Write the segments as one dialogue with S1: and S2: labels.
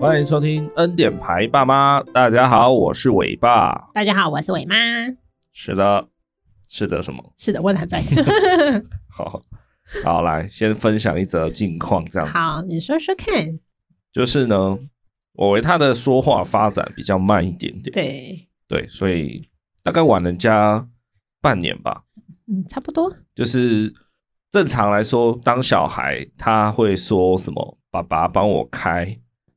S1: 欢迎收听《恩典牌爸妈》，大家好，我是伟爸。
S2: 大家好，我是伟妈。
S1: 是的，是的，什么？
S2: 是的，我还 在。
S1: 好好来，先分享一则近况，这样子
S2: 好，你说说看。
S1: 就是呢，我为他的说话发展比较慢一点点，
S2: 对，
S1: 对，所以大概晚人家半年吧。
S2: 嗯，差不多。
S1: 就是正常来说，当小孩他会说什么“爸爸帮我开，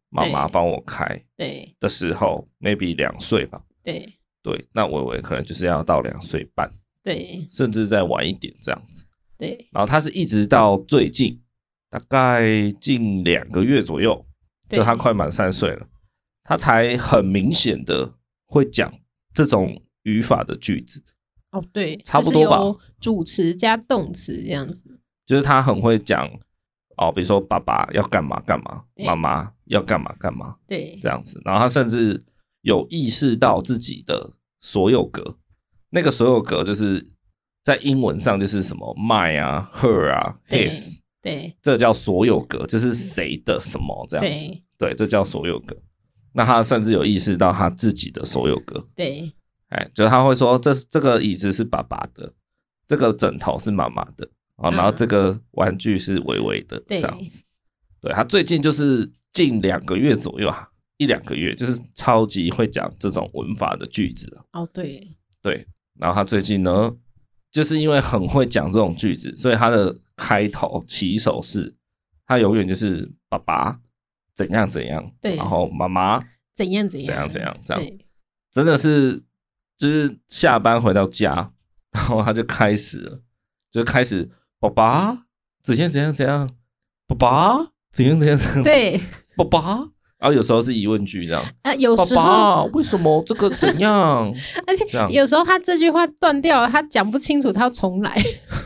S1: 妈妈
S2: 对
S1: 帮我开
S2: 对”
S1: 的时候，maybe 两岁吧。
S2: 对
S1: 对，那伟伟可能就是要到两岁半，
S2: 对
S1: 甚至再晚一点这样子。
S2: 对
S1: 然后他是一直到最近，大概近两个月左右，
S2: 对，
S1: 就他快满三岁了，他才很明显的会讲这种语法的句子，
S2: 哦，对，
S1: 差不多吧。
S2: 主词加动词这样子。
S1: 就是他很会讲哦，比如说爸爸要干嘛干嘛，
S2: 对
S1: 妈妈要干嘛干嘛
S2: 对
S1: 这样子。然后他甚至有意识到自己的所有格，那个所有格就是在英文上就是什么 my 啊、her 啊、
S2: 对
S1: his，
S2: 对
S1: 这叫所有格，就是谁的什么这样子。
S2: 嗯对
S1: 对，这叫所有格。那他甚至有意识到他自己的所有格，
S2: 对
S1: 哎，就是他会说，这这个椅子是爸爸的，这个枕头是妈妈的，啊，然后
S2: 嗯
S1: 这个玩具是维维的，这
S2: 对
S1: 样子。对他最近就是近两个月左右啊，一两个月，就是超级会讲这种文法的句子啊了。
S2: 哦，对
S1: 对，然后他最近呢，就是因为很会讲这种句子，所以他的开头起手式，他永远就是爸爸怎样怎样，
S2: 对
S1: 然后妈妈
S2: 怎样怎
S1: 怎样
S2: 样
S1: 怎样这样
S2: 对
S1: 真的是就是下班回到家，然后他就开始了，就开始爸爸怎样怎样怎样，爸爸怎样怎样怎样，
S2: 对
S1: 爸爸。然后有时候是疑问句这样，
S2: 啊，有
S1: 爸
S2: 时候，
S1: 爸为什么这个怎样？
S2: 而且
S1: 这样
S2: 有时候他这句话断掉了，他讲不清楚，他要重来。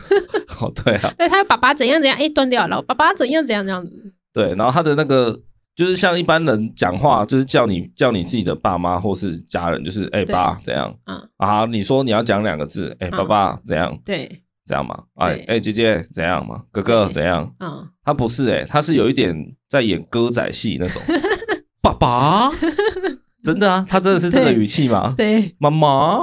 S1: 哦，对啊，
S2: 对，他爸爸怎样怎样，哎，断掉了，然后爸爸怎样怎样这样子。
S1: 对。然后他的那个就是像一般人讲话，就是叫你叫你自己的爸妈或是家人，就是哎、
S2: 对
S1: 爸怎样
S2: 嗯
S1: 啊？你说你要讲两个字，哎、
S2: 嗯
S1: 爸爸怎样
S2: 对，
S1: 怎样嘛？哎
S2: 对
S1: 哎、姐姐怎样嘛？哥哥
S2: 对
S1: 怎样？
S2: 嗯，
S1: 他不是哎、他是有一点在演歌仔戏那 种。爸爸，真的啊，他真的是这个语气吗？
S2: 对，
S1: 妈妈，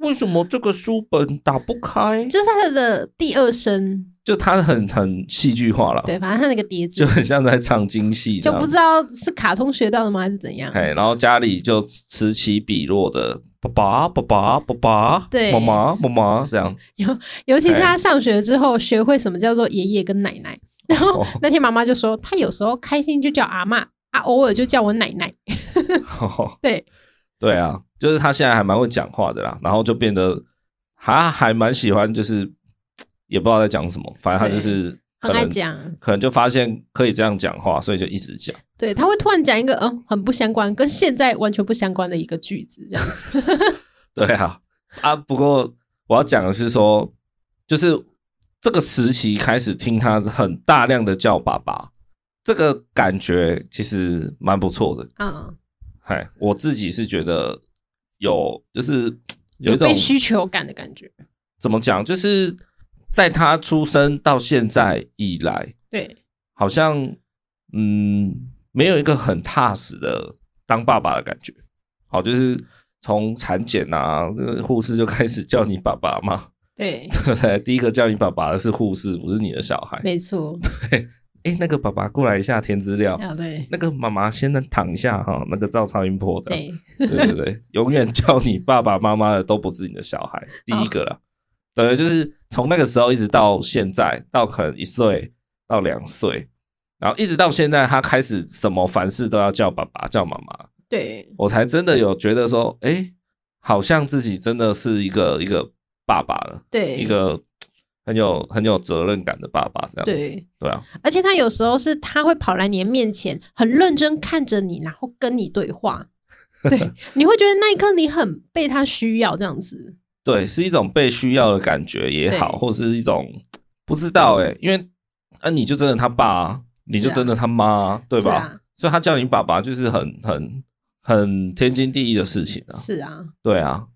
S1: 为什么这个书本打不开？
S2: 这是他的第二声。
S1: 就他很很戏剧化了，
S2: 对，反正他那个叠字
S1: 就很像在唱京戏这
S2: 就
S1: 样
S2: 不。知道是卡通学到的吗，还是怎样？
S1: 哎，然后家里就此起彼落的爸爸，爸爸，爸爸，
S2: 对
S1: 妈妈，妈妈这样。
S2: 尤
S1: 哎
S2: 其是他上学之后，学会什么叫做爷爷跟奶奶。然后
S1: 哦
S2: 那天妈妈就说，他有时候开心就叫阿嬷，啊，偶尔就叫我奶奶。对
S1: 哦 对啊，就是他现在还蛮会讲话的啦，然后就变得他还蛮喜欢，就是嘖也不知道在讲什么，反正他就是可
S2: 很
S1: 能
S2: 爱讲，
S1: 可能就发现可以这样讲话，所以就一直讲。
S2: 对，他会突然讲一个嗯，很不相关，跟现在完全不相关的一个句子，这样子。
S1: 对啊，啊，不过我要讲的是说，就是这个时期开始听他很大量的叫爸爸，这个感觉其实蛮不错的。
S2: 嗯，
S1: 嗨，我自己是觉得有就是嘖有
S2: 有
S1: 一种
S2: 被需求感的感觉。
S1: 怎么讲，就是在他出生到现在以来，
S2: 对
S1: 好像嗯，没有一个很踏实的当爸爸的感觉。好，就是从产检啊，这个护士就开始叫你爸爸嘛，
S2: 对，
S1: 对不对？第一个叫你爸爸的是护士，不是你的小孩。
S2: 没错。
S1: 诶，那个爸爸过来一下填资料，
S2: 啊，对
S1: 那个妈妈先躺一下哈，那个照超音波的。
S2: 对
S1: 对对对，永远叫你爸爸妈妈的都不是你的小孩，第一个啦。对，就是从那个时候一直到现在，到可能一岁到两岁，然后一直到现在，他开始什么凡事都要叫爸爸叫妈妈，
S2: 对
S1: 我才真的有觉得说，哎、好像自己真的是一个一个爸爸了，
S2: 对，
S1: 一个很有很有责任感的爸爸这样子。
S2: 对
S1: 对啊，
S2: 而且他有时候是他会跑来你的面前，很认真看着你，然后跟你 对话。对，你会觉得那一刻你很被他需要，这样子。
S1: 对，是一种被需要的感觉也好，
S2: 嗯对
S1: 或是一种不知道哎、因为啊，你就真的他爸、啊，你就真的他妈、啊，对吧？
S2: 是啊
S1: 所以他叫你爸爸就是很很很天经地义的事情啊，
S2: 是啊，
S1: 对啊，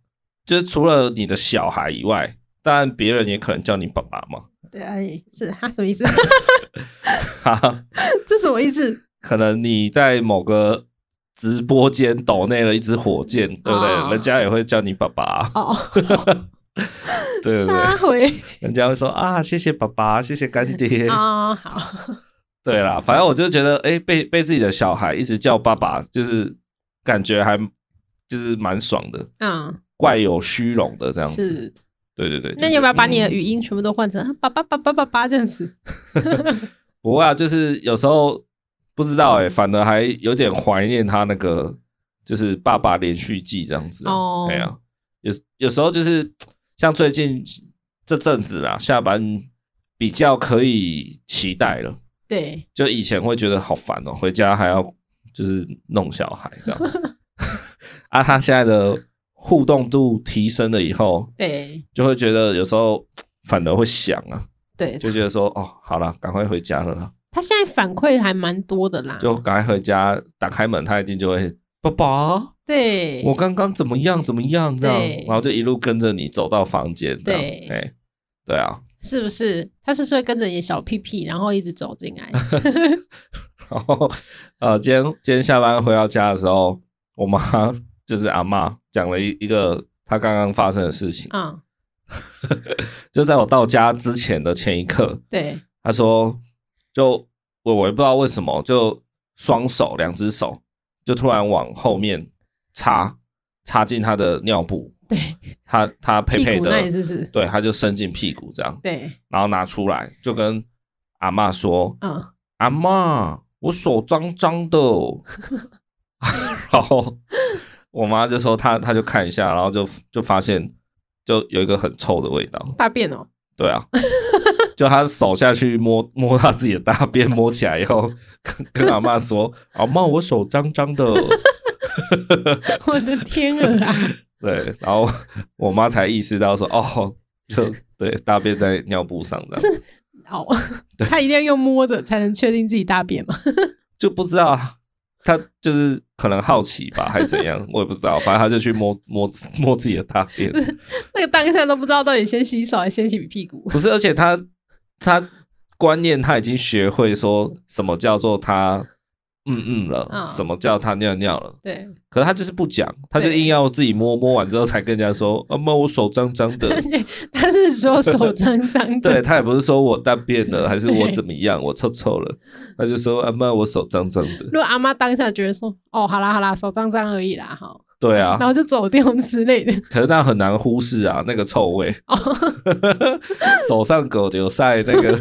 S1: 就是除了你的小孩以外，当然别人也可能叫你爸爸嘛，
S2: 对，哎，是他什么意思？
S1: 哈哈，
S2: 这什么意思？
S1: 可能你在某个直播间抖内了一支火箭，对不对？
S2: 哦
S1: 人家也会叫你爸爸啊，
S2: 哦，啊
S1: 对不对？
S2: 撒回
S1: 人家会说啊，谢谢爸爸，谢谢干爹。
S2: 啊，好，
S1: 对啦，反正我就觉得，哎、被被自己的小孩一直叫爸爸，就是感觉还就是蛮爽的，
S2: 嗯，
S1: 怪有虚荣的这样子。嗯
S2: 是。
S1: 对对对。
S2: 那你
S1: 就
S2: 要不要
S1: 觉得
S2: 把你的
S1: 嗯
S2: 语音全部都换成啊爸爸爸爸爸爸这样子？
S1: 不会啊，就是有时候不知道哎、反而还有点怀念他那个就是爸爸连续剧这样子啊
S2: 哦
S1: 哎呀、有有时候就是像最近这阵子啦，下班比较可以期待了，
S2: 对，
S1: 就以前会觉得好烦哦、回家还要就是弄小孩这样， 啊，他现在的互动度提升了以后，
S2: 对，
S1: 就会觉得有时候反而会想啊，
S2: 对，
S1: 就觉得说哦，好啦，赶快回家了啦。
S2: 他现在反馈还蛮多的啦。
S1: 就赶快回家，打开门，他一定就会爸爸，
S2: 对，
S1: 我刚刚怎么样怎么样这样
S2: 对，
S1: 然后就一路跟着你走到房间这样，
S2: 对
S1: 哎、对啊，
S2: 是不是？他是说跟着你的小屁屁，然后一直走进 来。
S1: 然后呃，今天今天下班回到家的时候，我妈就是阿嬷讲了一一个她刚刚发生的事情，
S2: 嗯，
S1: 就在我到家之前的前一刻，
S2: 对，
S1: 她说，就我我也不知道为什么，就双手两只手就突然往后面插插进她的尿布。
S2: 对，
S1: 他他佩
S2: 屁
S1: 佩
S2: 股
S1: 的
S2: 那里是不是？
S1: 对，他就伸进屁股这样，
S2: 对，
S1: 然后拿出来，就跟阿嬷说
S2: 嗯，：“
S1: 阿嬷，我手脏脏的哦。” 然后我妈就说她，她就看一下，然后就就发现就有一个很臭的味道。
S2: 大便哦，
S1: 对啊，就她手下去摸摸她自己的大便，摸起来以后，跟跟阿嬷说：“阿嬷，我手脏脏的哦。
S2: 我的天 鹅啊！”
S1: 对，然后我妈才意识到说：“哦，就对，大便在尿布上这样。”
S2: 哦，他一定要用摸着才能确定自己大便嘛？
S1: 就不知道啊他就是可能好奇吧，还是怎样，我也不知道。反正他就去摸摸摸自己的大便，
S2: 那个当下都不知道到底先洗手还是先洗屁股。
S1: 不是，而且他他观念他已经学会说什么叫做他嗯嗯了，
S2: 嗯
S1: 什么叫他尿尿了。
S2: 对，
S1: 可是他就是不讲，他就
S2: 对
S1: 硬要自己摸，摸完之后才跟人家说：“啊妈，我手脏脏的。
S2: 他是说 手脏脏”
S1: 对
S2: 的，
S1: 他也不是说我大便了，还是我
S2: 对
S1: 怎么样，我臭臭了，他就说：“啊妈，我手脏脏的
S2: 如。果阿妈当下觉得说，哦，好啦好啦，手脏脏而已啦，哈，”
S1: 对啊，
S2: 然后就走掉之类的。
S1: 可是那很难忽视啊，那个臭味，
S2: 哦
S1: 手上狗留晒那 个，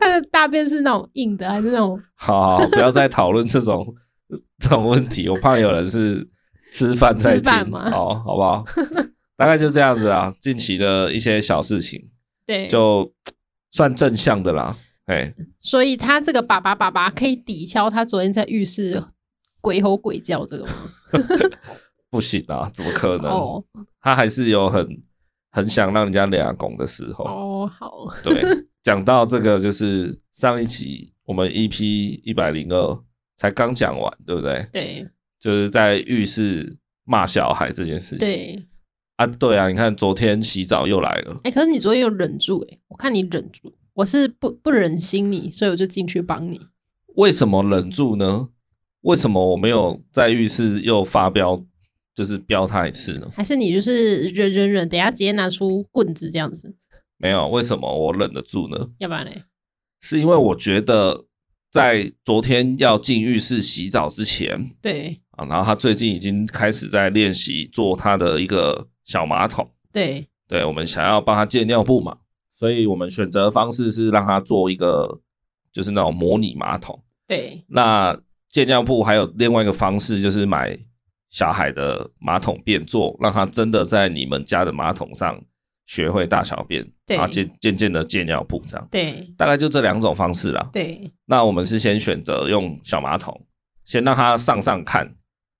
S2: 他的大便是那种硬的还是那种？
S1: 好好好不要再讨论这种 这种问题，我怕有人是吃饭在
S2: 吃饭
S1: 听，
S2: 吗
S1: 好好不好？大概就这样子啊，近期的一些小事情
S2: 对，
S1: 就算正向的啦，哎、
S2: 所以他这个爸爸爸爸可以抵消他昨天在浴室鬼吼鬼叫这个吗？
S1: 不行啊，怎么可能？
S2: 哦
S1: 他还是有很很想让人家俩拱的时候，
S2: 哦，好，
S1: 对，讲到这个，就是上一期我们 EP 一百零二才刚讲完，对不对？
S2: 对
S1: 就是在浴室骂小孩这件事情。
S2: 对，
S1: 啊，对啊，你看昨天洗澡又来了，
S2: 哎、可是你昨天有忍住哎、我看你忍住，我是不不忍心你，所以我就进去帮你。
S1: 为什么忍住呢？为什么我没有在浴室又发飙，就是飙他一次呢？
S2: 还是你就是忍忍忍，等一下直接拿出棍子这样子，
S1: 没有，为什么我忍得住呢？
S2: 要不然嘞？
S1: 是因为我觉得在昨天要进浴室洗澡之前，
S2: 对
S1: 啊，然后他最近已经开始在练习做他的一个小马桶，
S2: 对
S1: 对我们想要帮他借尿布嘛，所以我们选择的方式是让他做一个就是那种模拟马桶。
S2: 对
S1: 那借尿布还有另外一个方式就是买小海的马桶便座，让他真的在你们家的马桶上学会大小便，
S2: 对
S1: 然后渐渐渐的借尿布这样，
S2: 对
S1: 大概就这两种方式啦。
S2: 对
S1: 那我们是先选择用小马桶，先让他上上看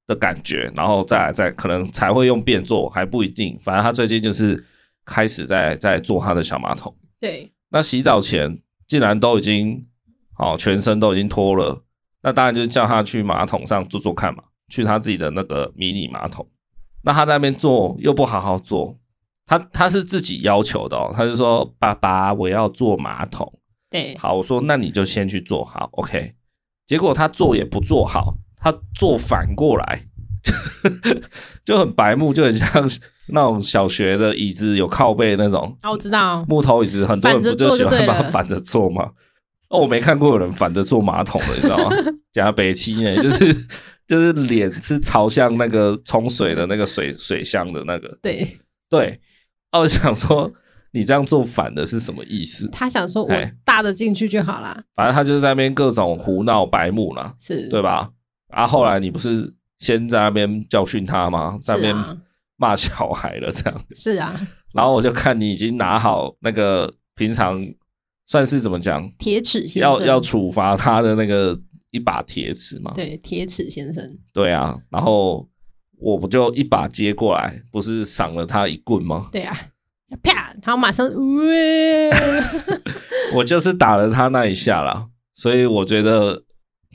S1: 的感觉，然后再来再可能才会用便座，还不一定。反正他最近就是开始在在做他的小马桶。
S2: 对
S1: 那洗澡前既然都已经哦全身都已经脱了，那当然就是叫他去马桶上坐坐看嘛，去他自己的那个迷你马桶。那他在那边坐又不好好坐，他他是自己要求的哦，他就说爸爸我要坐马桶。
S2: 对
S1: 好，我说那你就先去做好，OK。结果他做也不做好，他做反过来， 就很白目，就很像那种小学的椅子有靠背那种
S2: 啊，我知道，
S1: 木头椅子，很多人不
S2: 反着坐
S1: 喜
S2: 就
S1: 欢
S2: 对
S1: 把它
S2: 了
S1: 反着坐吗？哦，我没看过有人反着坐马桶的，你知道 吗？假北七呢，就是就是脸是朝向那个冲水的那个水水箱的那个，
S2: 对
S1: 对。哦，我想说你这样做反的是什么意思？
S2: 他想说我
S1: 哎
S2: 搭得进去就好啦，
S1: 反正他就是在那边各种胡闹白目啦，
S2: 是
S1: 对吧？啊，后来你不是先在那边教训他吗？在那
S2: 是
S1: 边
S2: 啊，
S1: 骂小孩了这样，
S2: 是啊，
S1: 然后我就看你已经拿好那个平常算是怎么讲，
S2: 铁齿先
S1: 要
S2: 生
S1: 要处罚他的那个一把铁尺嘛，
S2: 对铁齿先生，
S1: 对啊，然后我不就一把接过来，不是赏了他一棍吗？
S2: 对啊，啪，然后马上，呃 喂
S1: 我就是打了他那一下啦，所以我觉得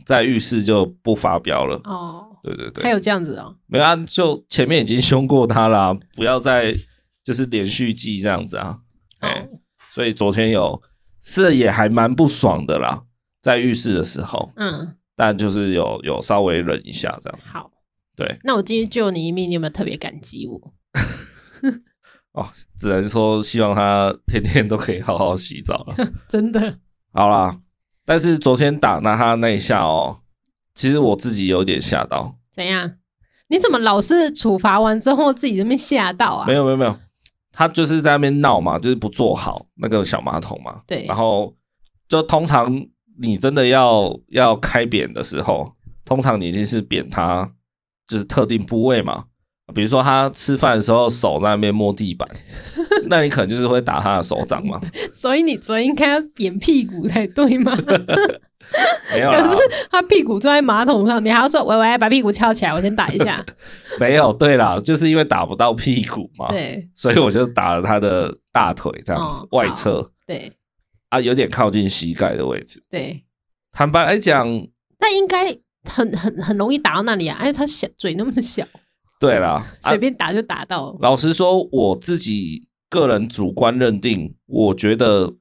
S1: 在浴室就不发飙了。
S2: 哦，
S1: 对对对，
S2: 还有这样子哦，
S1: 没有啊，就前面已经凶过他啦、不要再就是连续记这样子啊。哎、
S2: 哦
S1: 所以昨天有是也还蛮不爽的啦，在浴室的时候，
S2: 嗯，
S1: 但就是有有稍微忍一下这样。
S2: 好，
S1: 对，
S2: 那我今天救你一命，你有没有特别感激我？
S1: 只能说希望他天天都可以好好洗澡了。
S2: 真的，
S1: 好啦，但是昨天打那他那一下哦，其实我自己有点吓到。
S2: 怎样？你怎么老是处罚完之后自己在那边吓到啊？
S1: 没
S2: 有，
S1: 有没有没有，他就是在那边闹嘛，就是不做好那个小马桶嘛。
S2: 对
S1: 然后就通常你真的要要开扁的时候，通常你一定是扁他就是特定部位嘛，比如说他吃饭的时候手在那边摸地 板，那你可能就是会打他的手掌嘛。
S2: 所以你昨天应该要扁屁股才对吗？
S1: 没有啦，
S2: 他屁股坐在马桶上，你还要说喂喂，把屁股翘起来，我先打 一下。
S1: 没有，对啦，就是因为打不到屁股嘛，
S2: 对
S1: 所以我就打了他的大腿这样子、
S2: 哦
S1: 外侧
S2: 对
S1: 啊，有点靠近膝盖的位置。
S2: 对，
S1: 坦白来讲，
S2: 那应该很很很容易打到那里啊，因为他小嘴那么小，
S1: 对啦，啊
S2: 随，便打就打到。
S1: 老实说，我自己个人主观认定，我觉得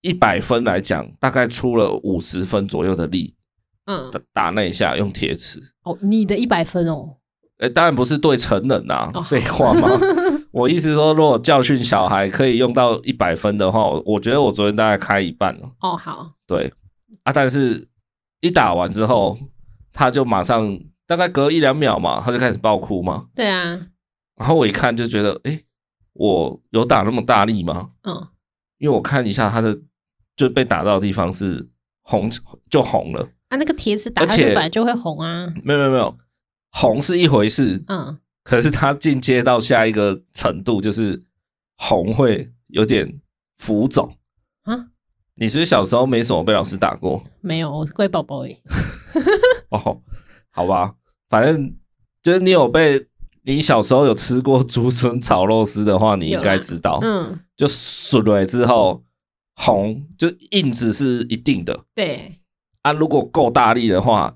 S1: 一百分来讲，大概出了五十分左右的力，
S2: 嗯，
S1: 打打那一下用铁尺。
S2: 哦，你的一百分哦，
S1: 哎，当然不是对成人呐、
S2: 哦
S1: 废话嘛。我意思说，如果教训小孩可以用到一百分的话，我我觉得我昨天大概开一半了。
S2: 哦好，
S1: 对啊，但是一打完之后，他就马上大概隔一两秒嘛，他就开始爆哭嘛。
S2: 对啊，
S1: 然后我一看就觉得，哎，我有打那么大力吗？
S2: 嗯，
S1: 因为我看一下他的就被打到的地方是红，就红了。
S2: 啊那个铁子打
S1: 而
S2: 下去
S1: 且
S2: 本来就会红啊，
S1: 没有没有没有，红是一回事，
S2: 嗯，
S1: 可是他进阶到下一个程度，就是红会有点浮肿
S2: 啊。
S1: 你是不是小时候没什么被老师打过？
S2: 没有，我是乖宝宝诶，
S1: 哦，好吧，反正就是你有被你小时候有吃过竹笋炒肉丝的话，你应该知道，
S2: 嗯，
S1: 就笋了之后红就印子是一定的
S2: 对，
S1: 啊，如果够大力的话，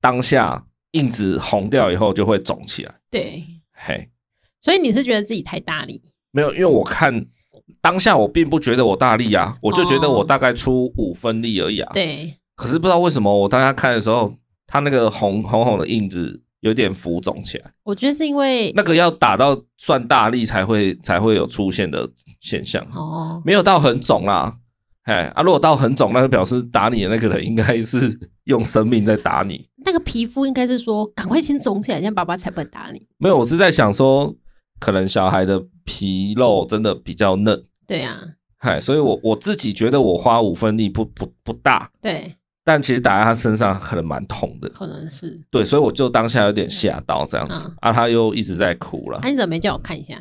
S1: 当下印子红掉以后就会肿起来。
S2: 对，
S1: 嘿，
S2: 所以你是觉得自己太大力，
S1: 没有，因为我看当下我并不觉得我大力啊，我就觉得我大概出五分力而已啊。
S2: 对，
S1: 可是不知道为什么，我当下看的时候，它那个红红红的印子有点浮肿起来。
S2: 我觉得是因为
S1: 那个要打到算大力才会才会有出现的现象，
S2: 哦，
S1: 没有到很肿啦。哎啊，如果到很肿，那就表示打你的那个人应该是用生命在打你。
S2: 那个皮肤应该是说赶快先肿起来，这样爸爸才不会打你。
S1: 没有，我是在想说，可能小孩的皮肉真的比较嫩，
S2: 对啊，
S1: 嗨，所以我我自己觉得我花五分力不不不大，
S2: 对，
S1: 但其实打在他身上可能蛮痛的。
S2: 可能是。
S1: 对，所以我就当下有点吓到这样子
S2: 嗯
S1: 啊，他又一直在哭了
S2: 啊，，你怎么没叫我看一下？。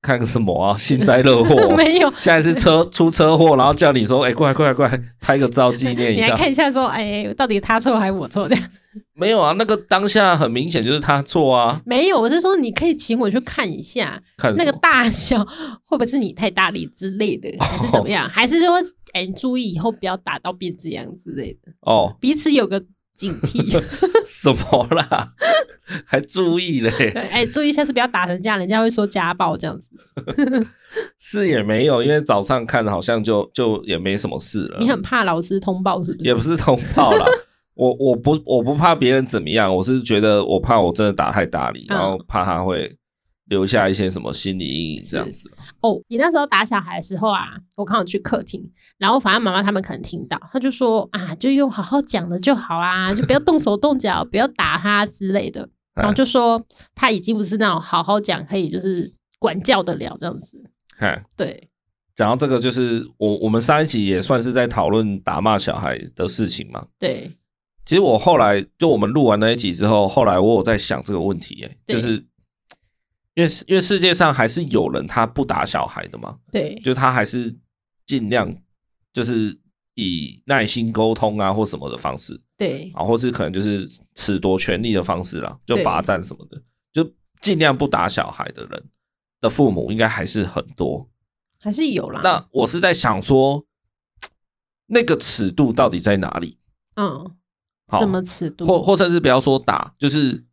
S1: 看个什么啊，幸灾乐祸
S2: 没有，
S1: 现在是 车出车祸，然后叫你说：“哎、过来过来过来，拍个照纪念一
S2: 你还
S1: 下。
S2: 看一下说，哎，到底他错还是我错？这 样”
S1: 没有啊，那个当下很明显就是他错啊。
S2: 没有，我是说你可以请我去看一下
S1: 看
S2: 那个
S1: 什么
S2: 大小会不会是你太大力之类的，还是怎么
S1: 哦
S2: 样？还是说，哎，你注意以后不要打到变这样之类的，
S1: 哦
S2: 彼此有个警惕。
S1: 什么啦， 还注意嘞？
S2: 对哎，注意下次不要打成这样，人家会说家暴这样子。
S1: 是也没有，因为早上看好像就就也没什么事了，
S2: 你很怕老师通报是不
S1: 嗯也
S2: 是？
S1: 不是通报啦，我我不我不怕别人怎么样，我是觉得我怕我真的打太大力，
S2: 嗯
S1: 然后怕他会留下一些什么心理阴影这样子。
S2: 哦，你那时候打小孩的时候啊，我刚好去客厅，然后反正妈妈他们可能听到，他就说啊，就用好好讲的就 好啊，就不要动手动脚，不要打他之类
S1: 嗯
S2: 的。然后就说他已经不是那种好好讲可以就是管教得了这样子。
S1: 看，
S2: 对，
S1: 讲到这个，就是我我们上一集也算是在讨论打骂小孩的事情嘛。
S2: 对，
S1: 其实我后来就我们录完那一集之后，后来我有在想这个问题、欸，
S2: 对
S1: 就是因为因为世界上还是有人他不打小孩的嘛，
S2: 对，
S1: 就他还是尽量就是以耐心沟通啊或什么的方式，
S2: 对，
S1: 啊，或是可能就是褫夺权利的方式啦，就
S2: 对
S1: 罚站什么的，就尽量不打小孩的人的父母应该还是很多。
S2: 还是有啦。
S1: 那我是在想说，那个尺度到底在哪里？
S2: 嗯，
S1: 好
S2: 什么尺度？
S1: 或或甚至不要说打，就是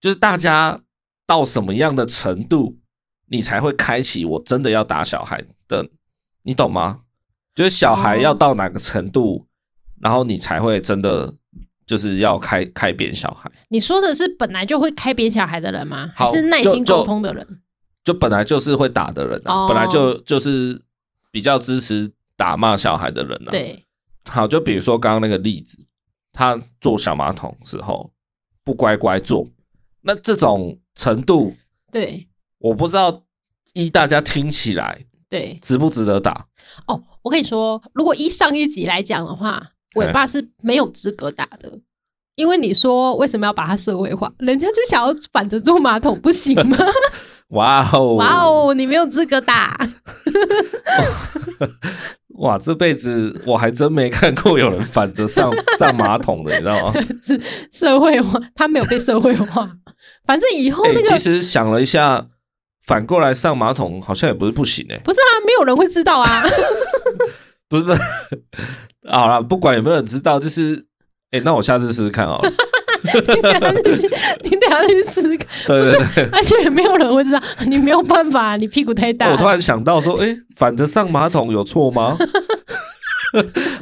S1: 就是大家到什么样的程度，你才会开启我真的要打小孩的，你懂吗？就是小孩
S2: 哦
S1: 要到哪个程度，然后你才会真的就是要开开扁小孩。
S2: 你说的是本来就会开扁小孩的人吗？还
S1: 好
S2: 是耐
S1: 就
S2: 心
S1: 就
S2: 沟通的人？
S1: 就本来就是会打的人啊，
S2: 哦
S1: 本来就就是比较支持打骂小孩的人啊。，
S2: 对，
S1: 好，就比如说刚刚那个例子，他坐小马桶时候不乖乖坐，那这种程度，
S2: 对，
S1: 我不知道依大家听起来
S2: 对。
S1: 值不值得打？
S2: 哦，我跟你说，如果依上一集来讲的话，
S1: 哎
S2: 尾巴是没有资格打的，因为你说为什么要把它社会化？人家就想要反着坐马桶，不行吗？
S1: 哇哦，
S2: 哇，哦，你没有资格打，
S1: 哇，这辈子我还真没看过有人反着 上上马桶的，你知道吗？
S2: 是社会化，他没有被社会化。反正以后
S1: 哎、
S2: 那个、
S1: 其实想了一下，反过来上马桶好像也不是不行哎、
S2: 不是啊，没有人会知道啊。
S1: 不是不是， 好了，不管有没有人知道，就是，哎、那我下次试试看好 了。
S2: 你等下去，你等下去试 试看，
S1: 对对对，
S2: 而且也没有人会知道，你没有办法，你屁股太大
S1: 我突
S2: 了。
S1: 然想到说，哎、反着上马桶有错 吗？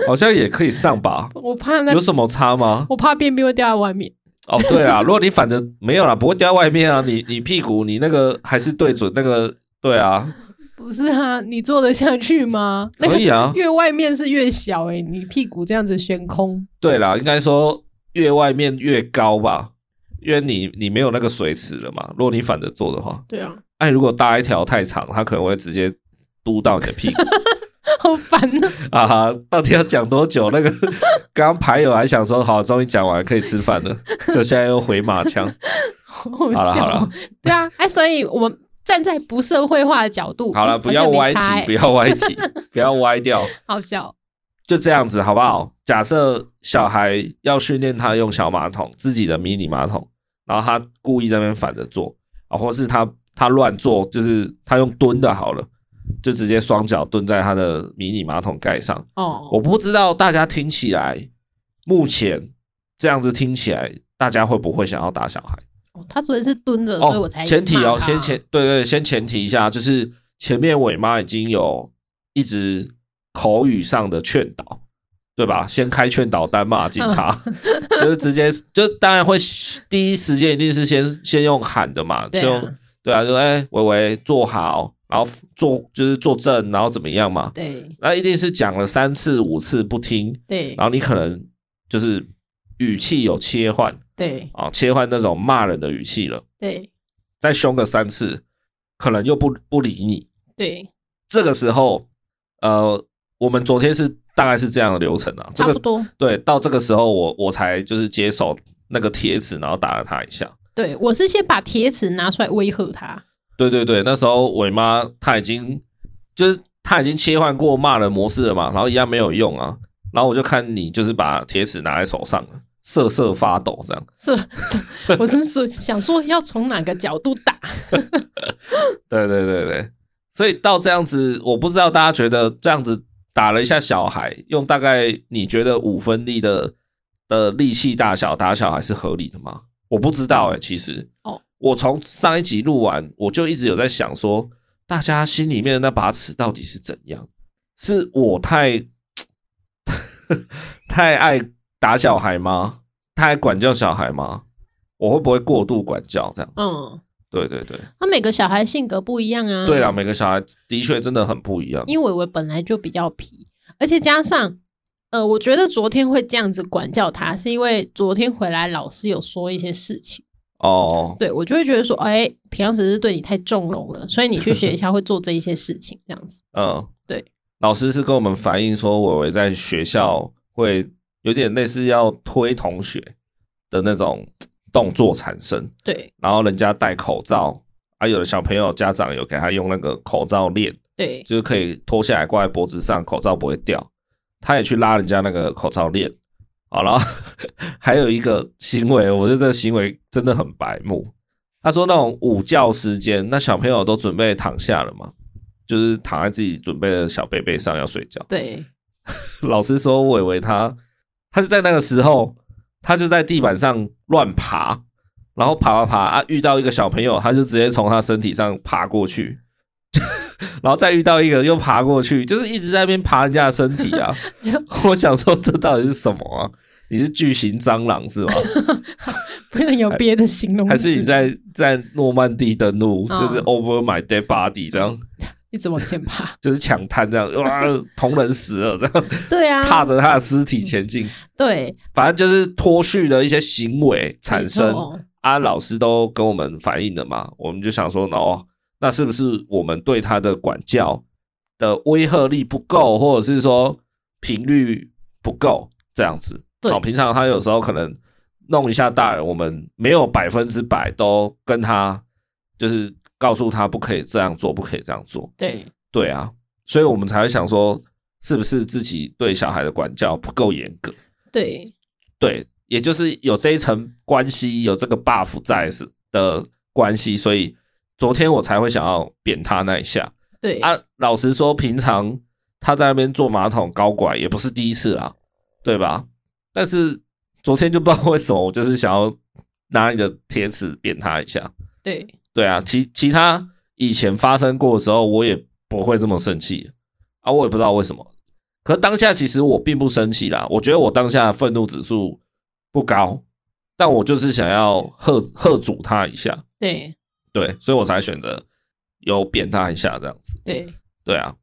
S1: 好像也可以上吧，
S2: 我怕那
S1: 有，什么差吗？
S2: 我怕便便会掉在外面。
S1: 哦，对啊，如果你反着没有啦，不会掉外面啊，你你屁股你那个还是对准那个，对啊，
S2: 不是啊，你坐得下去吗？那
S1: 可
S2: 个
S1: 以啊，
S2: 越外面是越小哎、你屁股这样子悬空，
S1: 对啦，应该说越外面越高吧，因为你你没有那个水池了嘛，如果你反着做的话。
S2: 对啊，
S1: 哎，如果搭一条太长，它可能会直接嘟到你的屁股
S2: 好烦啊！
S1: 啊！哈，到底要讲多久？那个刚刚牌友还想说，好，终于讲完可以吃饭了，就现在又回马枪。
S2: 好好
S1: 好了
S2: 笑
S1: 好
S2: 哦
S1: 了。
S2: 对啊， 哎，所以我们站在不社会化的角度，
S1: 好了，
S2: 哎
S1: 不要歪
S2: 好像没差
S1: 题，
S2: 哎
S1: 不要歪题，不要歪掉，
S2: 好笑。
S1: 就这样子好不好？假设小孩要训练他用小马桶，自己的迷你马桶，然后他故意在那边反着坐啊，或是他他乱坐，就是他用蹲的好了，就直接双脚蹲在他的迷你马桶盖上。
S2: 哦，
S1: 我不知道大家听起来，目前这样子听起来，大家会不会想要打小孩？
S2: 哦他昨天是蹲着，所以我才
S1: 前提
S2: 骂
S1: 哦，
S2: 他
S1: 先前对对，先前提一下，就是前面伟妈已经有一直口语上的劝导，对吧？先开劝导单骂警察，
S2: 嗯
S1: 就是直接就当然会第一时间一定是先先用喊的嘛，
S2: 对啊
S1: 就用对啊，就哎伟伟坐好，然后坐就是坐正，然后怎么样嘛？
S2: 对
S1: 那一定是讲了三次五次不听，
S2: 对
S1: 然后你可能就是语气有切换
S2: 对
S1: 啊，切换那种骂人的语气了，
S2: 对
S1: 再凶个三次，可能又不不理你。
S2: 对，
S1: 这个时候，呃，我们昨天是大概是这样的流程啊，这
S2: 差不
S1: 个
S2: 多。
S1: 对，到这个时候我我才就是接手那个贴纸，然后打了他一下。
S2: 对我是先把铁尺拿出来威吓他，
S1: 对对对，那时候伟妈她已经就是她已经切换过骂人模式了嘛，然后一样没有用啊。然后我就看你就是把铁尺拿在手上了，瑟瑟发抖这样。
S2: 是， 我真是想说要从哪个角度打。
S1: 对对对对，所以到这样子，我不知道大家觉得这样子打了一下小孩，用大概你觉得五分力的的力气大小打小孩是合理的吗？我不知道哎、其实
S2: 哦，
S1: 我从上一集录完，我就一直有在想说，大家心里面的那把尺到底是怎样？ 是我太太爱打小孩吗？他还管教小孩吗？我会不会过度管教这样？
S2: 嗯，
S1: 对对对，
S2: 他每个小孩性格不一样啊。
S1: 对啦，，每个小孩的确真的很不一样。
S2: 因为伟伟本来就比较皮，而且加上，呃，我觉得昨天会这样子管教他，是因为昨天回来老师有说一些事情，
S1: 哦，
S2: 对我就会觉得说，哎、平常只是对你太纵容了，所以你去学校会做这一些事情，这样子。
S1: 嗯，
S2: 对，
S1: 老师是跟我们反映说，伟伟在学校会有点类似要推同学的那种动作产生，
S2: 对
S1: 然后人家戴口罩，啊，有的小朋友家长有给他用那个口罩链，
S2: 对，
S1: 就是可以脱下来挂在脖子上，口罩不会掉，他也去拉人家那个口罩链。好，然后 还有一个行为，我觉得这个行为真的很白目。他说那种午觉时间，那小朋友都准备躺下了嘛，就是躺在自己准备的小被被上要睡觉。
S2: 对，
S1: 老师说伟伟他他就在那个时候，他就在地板上乱爬，然后爬爬爬啊，遇到一个小朋友，他就直接从他身体上爬过去， 然后再遇到一个又爬过去，就是一直在那边爬人家的身体啊
S2: 就。
S1: 我想说这到底是什么啊？你是巨型蟑螂是吗？
S2: 不能 有别的形容词。
S1: 还是你在在诺曼底登陆，
S2: 嗯
S1: 就是 over my dead body 这样，
S2: 一直往前爬？
S1: 就是抢滩这样，哇，同人死了这样，
S2: 对啊，
S1: 踏着他的尸体前进。
S2: 对
S1: 反正就是脱序的一些行为产
S2: 没
S1: 生
S2: 错
S1: 啊，老师都跟我们反映了嘛，我们就想说，哦，那是不是我们对他的管教的威慑力不够，或者是说频率不够这样子？
S2: 对
S1: 哦，平常他有时候可能弄一下大人，我们没有百分之百都跟他就是告诉他不可以这样做，不可以这样做，
S2: 对
S1: 对啊，所以我们才会想说，是不是自己对小孩的管教不够严格？
S2: 对
S1: 对，也就是有这一层关系，有这个 buff 在是的关系，所以昨天我才会想要扁他那一下
S2: 对
S1: 啊。老实说，平常他在那边坐马桶高拐也不是第一次啊，对吧？但是昨天就不知道为什么，我就是想要拿一个铁尺扁他一下。
S2: 对
S1: 对啊，其其他以前发生过的时候，我也不会这么生气啊，我也不知道为什么。可当下其实我并不生气啦，我觉得我当下的愤怒指数不高，但我就是想要喝喝阻他一下，
S2: 对
S1: 对，所以我才选择有扁他一下这样子。
S2: 对，
S1: 对啊，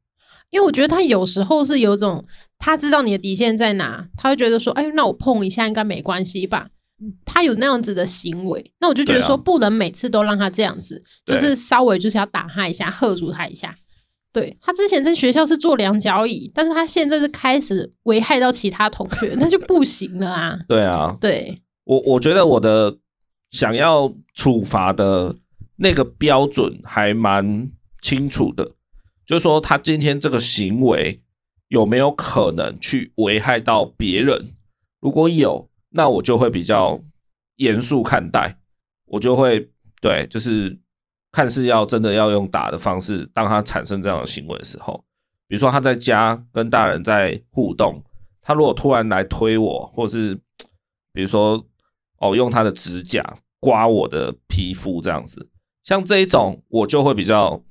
S2: 因为我觉得他有时候是有种他知道你的底线在哪，他会觉得说，哎，那我碰一下应该没关系吧。嗯他有那样子的行为，那我就觉得
S1: 对啊
S2: 说，不能每次都让他这样子，就
S1: 对
S2: 是稍微就是要打他一下，喝住他一下。对他之前在学校是坐两脚椅，但是他现在是开始危害到其他同学，那就不行了啊。
S1: 对啊，
S2: 对
S1: 我我觉得我的想要处罚的那个标准还蛮清楚的，就是说他今天这个行为有没有可能去危害到别人？如果有，那我就会比较严肃看待，我就会对，就是看是要真的要用打的方式，当他产生这样的行为的时候，比如说他在家跟大人在互动，他如果突然来推我，或是比如说哦用他的指甲刮我的皮肤这样子，像这一种我就会比较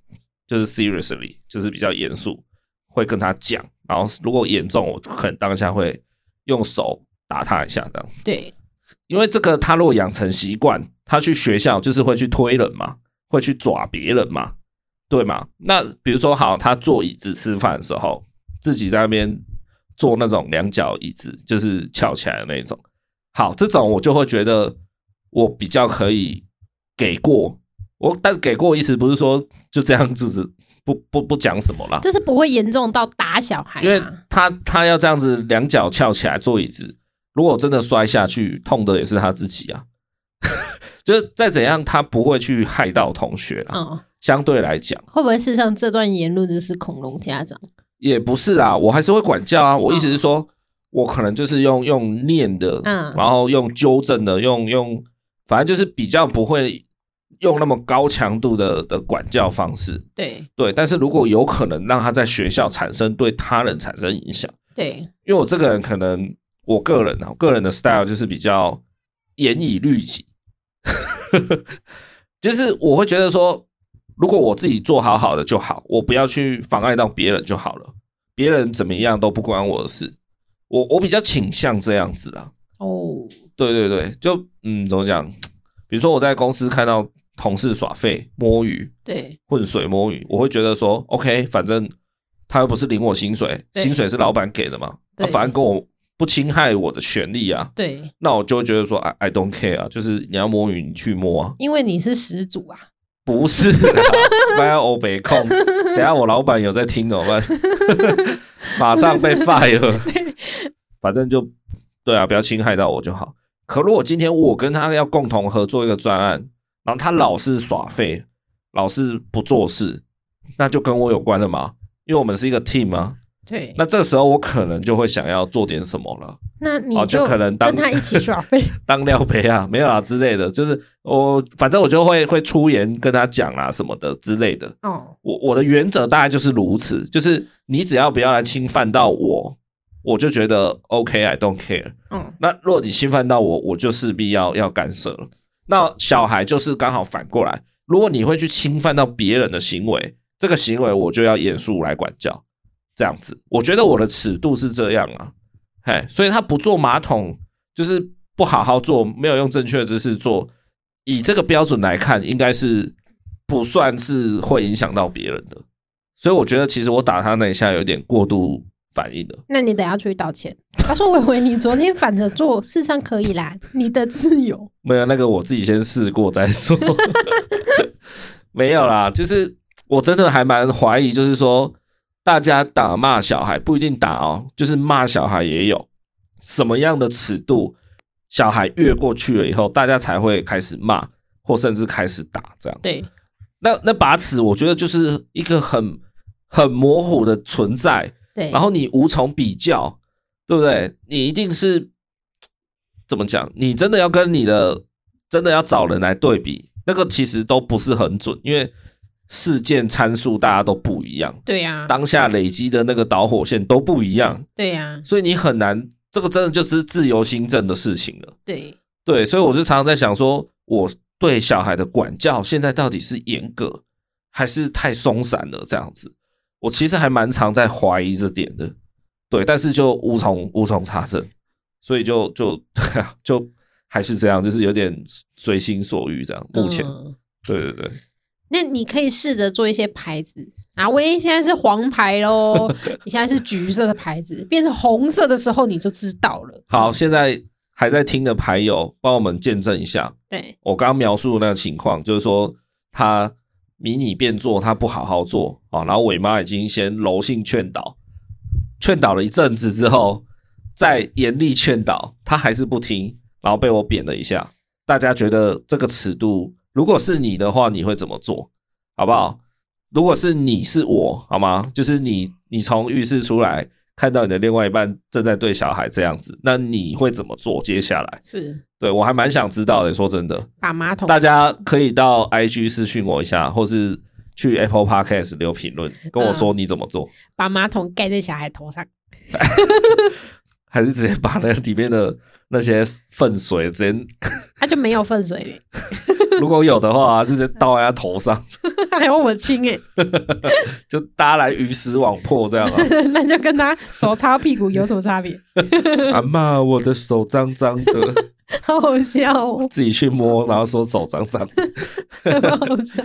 S1: 就是 seriously，就是比较严肃，会跟他讲，然后如果严重，我可能当下会用手打他一下这样子，
S2: 对
S1: 因为这个他如果养成习惯，他去学校就是会去推人嘛，会去抓别人嘛，对嘛？那比如说好，他坐椅子吃饭的时候，自己在那边坐那种两脚椅子，就是翘起来的那种。好，这种我就会觉得我比较可以给过我，但是给过意思不是说就这样子不不不讲什么啦，
S2: 就是不会严重到打小孩、啊，
S1: 因为他他要这样子两脚翘起来坐椅子，如果真的摔下去，痛的也是他自己啊。 就是再怎样，他不会去害到同学啦。
S2: 嗯，
S1: 相对来讲，
S2: 会不会事实上这段言论就是恐龙家长？
S1: 也不是啦，我还是会管教啊。我意思是说，我可能就是用用念的，
S2: 嗯
S1: 然后用纠正的，用用，反正就是比较不会用那么高强度的的管教方式。
S2: 对
S1: 对，但是如果有可能让他在学校产生对他人产生影响。
S2: 对
S1: 因为我这个人可能我个人啊，我个人的 style 就是比较严以律己， 就是我会觉得说，如果我自己做好好的就好，我不要去妨碍到别人就好了，别人怎么样都不关我的事。我我比较倾向这样子啦，
S2: 哦，
S1: 对对对，就嗯，怎么讲？比如说我在公司看到同事耍废、摸鱼、
S2: 对
S1: 浑水摸鱼，我会觉得说，OK，反正他又不是领我薪水，
S2: 对
S1: 薪水是老板给的嘛，
S2: 对
S1: 那反正跟我不侵害我的权利啊，
S2: 对，
S1: 那我就会觉得说，I I don't care 啊，就是你要摸鱼，你去摸啊，
S2: 因为你是始祖啊，
S1: 不是啊，不要欧北控，等一下我老板有在听怎么办？ 马上被 fire。反正就对啊，不要侵害到我就好。可如果今天我跟他要共同合作一个专案，然后他老是耍废，老是不做事，那就跟我有关了嘛，因为我们是一个 team 啊。
S2: 对，
S1: 那这个时候我可能就会想要做点什么了，
S2: 那你
S1: 哦就可能当
S2: 跟他一起 耍废，
S1: 当料杯啊，没有啦之类的，就是我反正我就会会出言跟他讲啊什么的之类的。
S2: 哦，
S1: 我我的原则大概就是如此，就是你只要不要来侵犯到我，我就觉得 OK，I、don't care。
S2: 嗯，
S1: 那若你侵犯到我，我就势必要要干涉了。那小孩就是刚好反过来，如果你会去侵犯到别人的行为，这个行为我就要严肃来管教。这样子，我觉得我的尺度是这样啊，嘿，所以他不做马桶，就是不好好做，没有用正确的姿势做，以这个标准来看，应该是不算是会影响到别人的。所以我觉得，其实我打他那一下有点过度反应了。
S2: 那你等下出去道歉。他说：“伟伟，你昨天反着做，事实上可以啦，你的自由。
S1: 没有那个我自己先试过再说，没有啦，就是我真的还蛮怀疑，就是说大家打骂小孩不一定打哦，就是骂小孩也有什么样的尺度，小孩越过去了以后，大家才会开始骂或甚至开始打这样”。
S2: 对，
S1: 那那把尺，我觉得就是一个很很模糊的存在，
S2: 对，
S1: 然后你无从比较，对不对？你一定是怎么讲？你真的要跟你的，真的要找人来对比，那个其实都不是很准，因为事件参数大家都不一样，
S2: 对呀、
S1: 当下累积的那个导火线都不一样，
S2: 对啊呀、
S1: 所以你很难，这个真的就是自由新政的事情了。
S2: 对，
S1: 对，所以我就常常在想说，我对小孩的管教现在到底是严格还是太松散了？这样子，我其实还蛮常在怀疑这点的。对，但是就无从无从查证，所以就就 就还是这样，就是有点随心所欲这样。目前，
S2: 嗯
S1: 对对对，
S2: 那你可以试着做一些牌子啊，喂，现在是黄牌喽，你现在是橘色的牌子，变成红色的时候你就知道了。
S1: 好，现在还在听的牌友帮我们见证一下，
S2: 对
S1: 我刚刚描述的那个情况，就是说他迷你变做，他不好好做啊，然后伟妈已经先柔性劝导，劝导了一阵子之后，再严厉劝导，他还是不听，然后被我扁了一下。大家觉得这个尺度，如果是你的话，你会怎么做？好不好？如果是你是我，好吗？就是你，你从浴室出来，看到你的另外一半正在对小孩这样子，那你会怎么做？接下来，
S2: 是
S1: 对我还蛮想知道的。说真的，
S2: 把马 桶
S1: 大家可以到 IG 私讯我一下，或是去 Apple Podcast 留评论，跟我说你怎么做，
S2: 把马桶盖在小孩头上，
S1: 还是直接把那里面的那些粪水直接，
S2: 他就没有粪水嘞，
S1: 如果有的话，直接倒在他头上，
S2: 还要我亲哎、
S1: 就大家来鱼死网破这样 啊！
S2: 那就跟他手擦屁股有什么差别？
S1: 阿妈，我的手脏脏的，
S2: 好好笑哦，
S1: 自己去摸，然后说手脏脏的，
S2: 好好笑，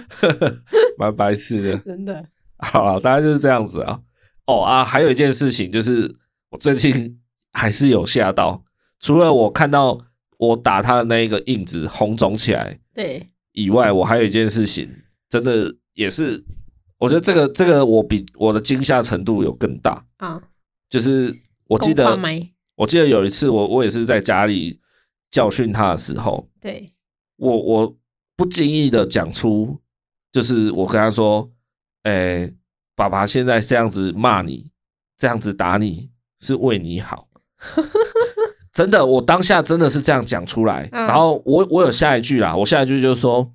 S1: 蛮白痴的。
S2: 真的。
S1: 好了，大概就是这样子啊。哦啊，还有一件事情就是，我最近还是有吓到，除了我看到我打他的那一个印子红肿起来
S2: 对，
S1: 以外，我还有一件事情，真的也是，我觉得这个这个我比我的惊吓程度有更大，
S2: 啊，
S1: 就是我
S2: 我
S1: 记得
S2: 没，
S1: 我记得有一次我我也是在家里教训他的时候，
S2: 对，
S1: 我我不经意的讲出，就是我跟他说，诶、爸爸现在这样子骂你，这样子打你是为你好，真的，我当下真的是这样讲出来。
S2: 嗯
S1: 然后我我有下一句啦，我下一句就是说，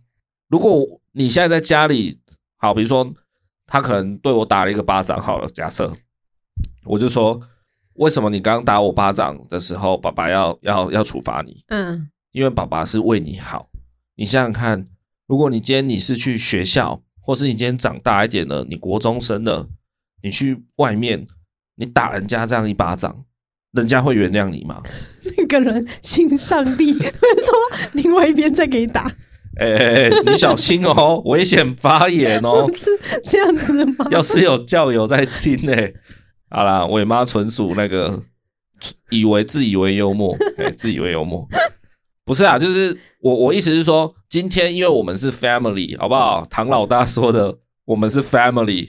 S1: 如果你现在在家里，好，比如说他可能对我打了一个巴掌，好了，假设我就说，为什么你刚刚打我巴掌的时候，爸爸要要要处罚你？
S2: 嗯，
S1: 因为爸爸是为你好。你想想看，如果你今天你是去学校，或是你今天长大一点了，你国中生了，你去外面，你打人家这样一巴掌，人家会原谅你吗？
S2: 个人亲上帝， 他说另外一边再给你打，。
S1: 哎哎哎， 你小心哦，危险发言哦
S2: 是这样子吗？
S1: 要是有教友在听呢、好啦，伟妈纯属那个以为自以为幽默，哎、自以为幽默，不是啊，就是我我意思是说，今天因为我们是 family，好不好？唐老大说的，我们是 family，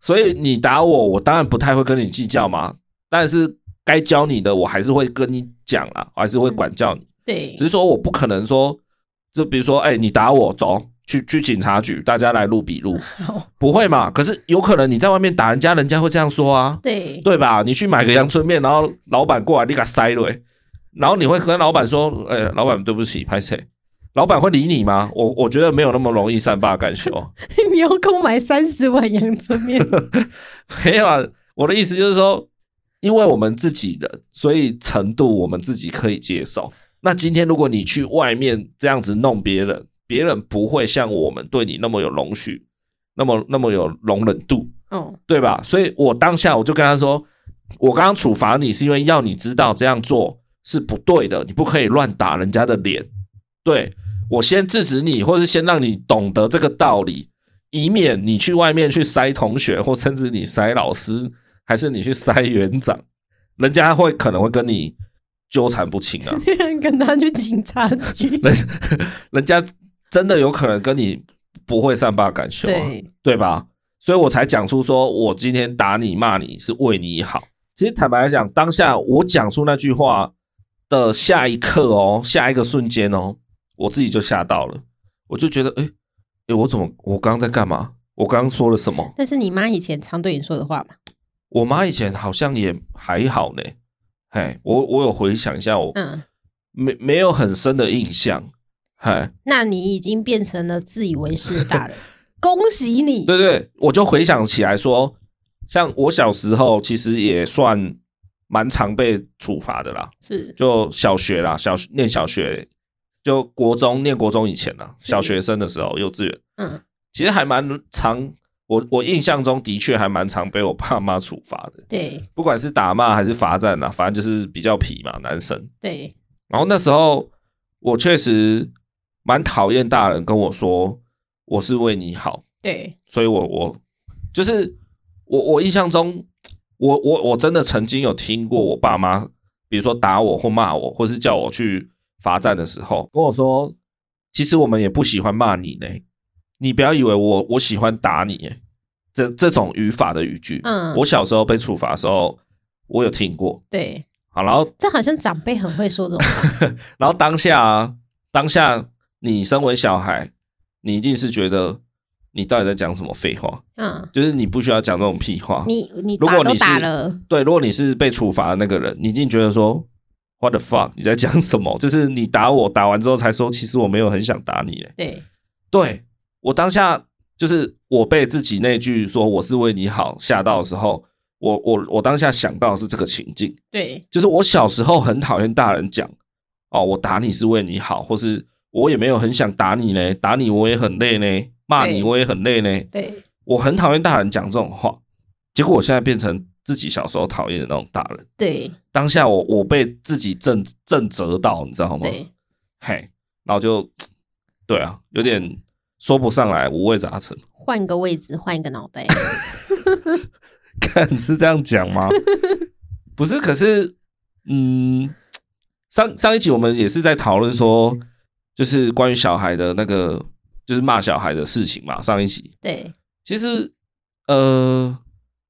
S1: 所以你打我，我当然不太会跟你计较嘛，但是该教你的，我还是会跟你讲啦，我还是会管教你。
S2: 对
S1: 只是说我不可能说，就比如说，哎、你打我，走去去警察局，大家来录笔录
S2: 好，
S1: 不会嘛？可是有可能你在外面打人家，人家会这样说啊，
S2: 对
S1: 对吧？你去买个阳春面，然后老板过来你给他塞了、然后你会跟老板说，哎、老板对不起，拍谁？老板会理你吗？我我觉得没有那么容易善罢甘休。
S2: 你要购买三十碗阳春 面，
S1: 没有啊，我的意思就是说，因为我们自己人，所以程度我们自己可以接受。那今天如果你去外面这样子弄别人，别人不会像我们对你那么有容许，那么那么有容忍度，
S2: 哦，
S1: 对吧？所以我当下我就跟他说，我刚刚处罚你是因为要你知道这样做是不对的，你不可以乱打人家的脸。对我先制止你，或是先让你懂得这个道理，以免你去外面去塞同学，或甚至你塞老师，还是你去塞园长，人家会可能会跟你纠缠不清啊。
S2: 跟他去警察局，
S1: 人人家真的有可能跟你不会善罢甘休、啊。
S2: 对
S1: 对吧？所以我才讲出说，我今天打你骂你是为你好。其实坦白来讲，当下我讲出那句话的下一刻哦，下一个瞬间哦，我自己就吓到了，我就觉得，哎，哎，我怎么，我刚刚在干嘛？我刚刚说了什么？
S2: 那是你妈以前常对你说的话嘛？
S1: 我妈以前好像也还好呢，嘿，我我有回想一下，我
S2: 嗯，
S1: 没没有很深的印象，嘿，
S2: 那你已经变成了自以为是的大 人，恭喜你！
S1: 对对，我就回想起来说，像我小时候其实也算蛮常被处罚的啦，
S2: 是，
S1: 就小学啦，小念小学，就国中念国中以前啦，
S2: 是
S1: 小学生的时候，幼稚园
S2: 嗯，
S1: 其实还蛮常，我我印象中的确还蛮常被我爸妈处罚的，
S2: 对
S1: 不管是打骂还是罚站啦，反正就是比较皮嘛，男生。
S2: 对，
S1: 然后那时候我确实蛮讨厌大人跟我说我是为你好，
S2: 对，
S1: 所以我我就是我我印象中，我我我真的曾经有听过我爸妈，比如说打我或骂我，或是叫我去罚站的时候，跟我说，其实我们也不喜欢骂你呢，你不要以为我我喜欢打你耶，这这种语法的语句，
S2: 嗯
S1: 我小时候被处罚的时候，我有听过。
S2: 对，
S1: 好，然后
S2: 这好像长辈很会说这种话，
S1: 然后当下、啊，当下你身为小孩，你一定是觉得你到底在讲什么废话，
S2: 嗯，
S1: 就是你不需要讲这种屁话。
S2: 你你
S1: 哦如
S2: 打
S1: 果
S2: 都
S1: 你是
S2: 打了，
S1: 对，如果你是被处罚的那个人，你一定觉得说 “What the fuck”，你在讲什么？就是你打我，打完之后才说，其实我没有很想打你。欸
S2: 对
S1: 对我当下就是我被自己那句说我是为你好吓到的时候，我我我当下想到的是这个情境，
S2: 对
S1: 就是我小时候很讨厌大人讲哦，我打你是为你好，或是我也没有很想打你呢，打你我也很累呢，骂你
S2: 对
S1: 我也很累呢。
S2: 对，
S1: 我很讨厌大人讲这种话，结果我现在变成自己小时候讨厌的那种大人。
S2: 对
S1: 当下我我被自己震震折到，你知道吗？
S2: 对，
S1: 嘿，然后就对啊，有点说不上来，五味杂陈。
S2: 换个位置，换一个脑袋，
S1: 看是这样讲吗？不是，可是嗯，上上一集我们也是在讨论说，就是关于小孩的那个，就是骂小孩的事情嘛。上一集
S2: 对
S1: 其实，呃，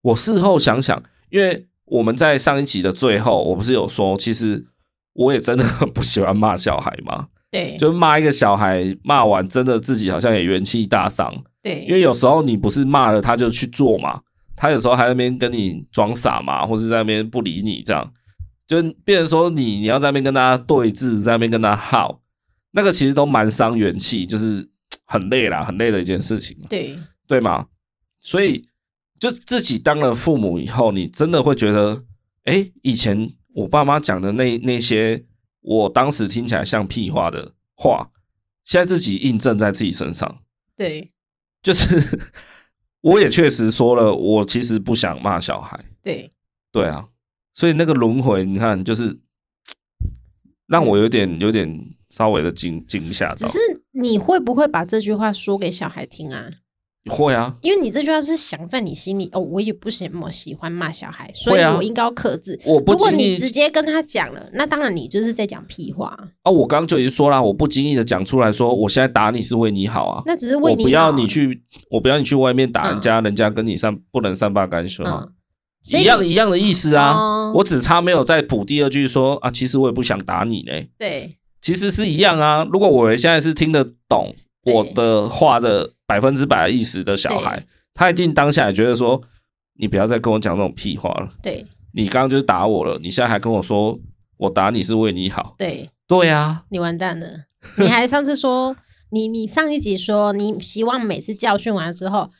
S1: 我事后想想，因为我们在上一集的最后，我不是有说，其实我也真的 不喜欢骂小孩嘛，
S2: 对
S1: 就骂一个小孩，骂完真的自己好像也元气大伤，因
S2: 对
S1: 为有时候你不是骂了他就去做嘛，他有时候还在那边跟你装傻嘛，或是在那边不理你这样，就变成说你你要在那边跟他对峙，在那边跟他耗，那个其实都蛮伤元气，就是很累啦，很累的一件事情嘛。
S2: 对
S1: 对吗？所以就自己当了父母以后，你真的会觉得，哎，以前我爸妈讲的那那些，我当时听起来像屁话的话，现在自己印证在自己身上，
S2: 对
S1: 就是 我也确实说了，我其实不想骂小孩，
S2: 对，
S1: 对啊，所以那个轮回，你看就是让我有点有点稍微的惊惊吓
S2: 只
S1: 到。
S2: 是你会不会把这句话说给小孩听啊？
S1: 会啊，
S2: 因为你这句话是想在你心里哦，我也不什么喜欢骂小孩，所以
S1: 会啊
S2: 我应该要克制。
S1: 我不
S2: 如果
S1: 经
S2: 你
S1: 意
S2: 直接跟他讲了，那当然你就是在讲屁话，
S1: 啊，我刚刚就已经说啦，我不经意的讲出来说，我现在打你是为你好啊，
S2: 那只是为
S1: 我不
S2: 你好
S1: 要你去，我不要你去外面打人家，人家跟你散不能善罢甘休啊，
S2: 嗯，所以
S1: 一样一样的意思啊。
S2: 哦
S1: 我只差没有再补第二句说啊，其实我也不想打你呢，
S2: 对
S1: 其实是一样啊。如果我现在是听得懂
S2: 对
S1: 我的话的百分之百意思的小孩，他一定当下也觉得说，你不要再跟我讲那种屁话了，
S2: 对
S1: 你刚刚就是打我了，你现在还跟我说我打你是为你好，
S2: 对，
S1: 对啊，
S2: 你完蛋了！你还上次说你你上一集说你希望每次教训完之后，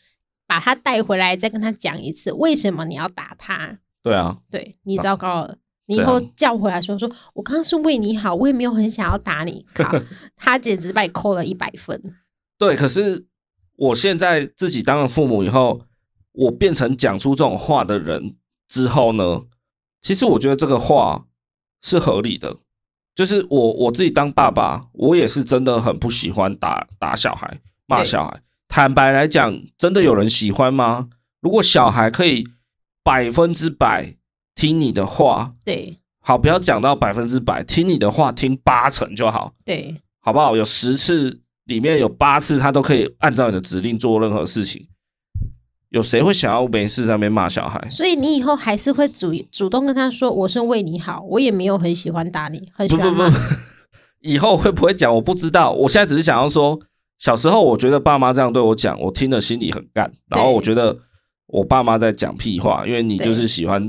S2: 把他带回来再跟他讲一次，为什么你要打他？
S1: 对啊，
S2: 对你糟糕了。你以
S1: 这
S2: 后
S1: 样
S2: 叫回来说说，我刚刚是为你好，我也没有很想要打你， 靠他简直把你扣了一百分。
S1: 对，可是我现在自己当了父母以后，我变成讲出这种话的人之后呢，其实我觉得这个话是合理的。就是我我自己当爸爸，我也是真的很不喜欢打打小孩、骂
S2: 对
S1: 小孩。坦白来讲，真的有人喜欢吗？如果小孩可以百分之百听你的话，
S2: 对
S1: 好，不要讲到百分之百，听你的话听八成就好。
S2: 对
S1: 好不好？有十次里面有八次他都可以按照你的指令做任何事情，有谁会想要没事在那边骂小孩？
S2: 所以你以后还是会主主动跟他说，我是为你好，我也没有很喜欢打你，很喜
S1: 不不
S2: 欢
S1: 不
S2: 骂你，，
S1: 以后会不会讲我不知道。我现在只是想要说，小时候我觉得爸妈这样对我讲，我听了心里很干，然后我觉得我爸妈在讲屁话，因为你就是喜欢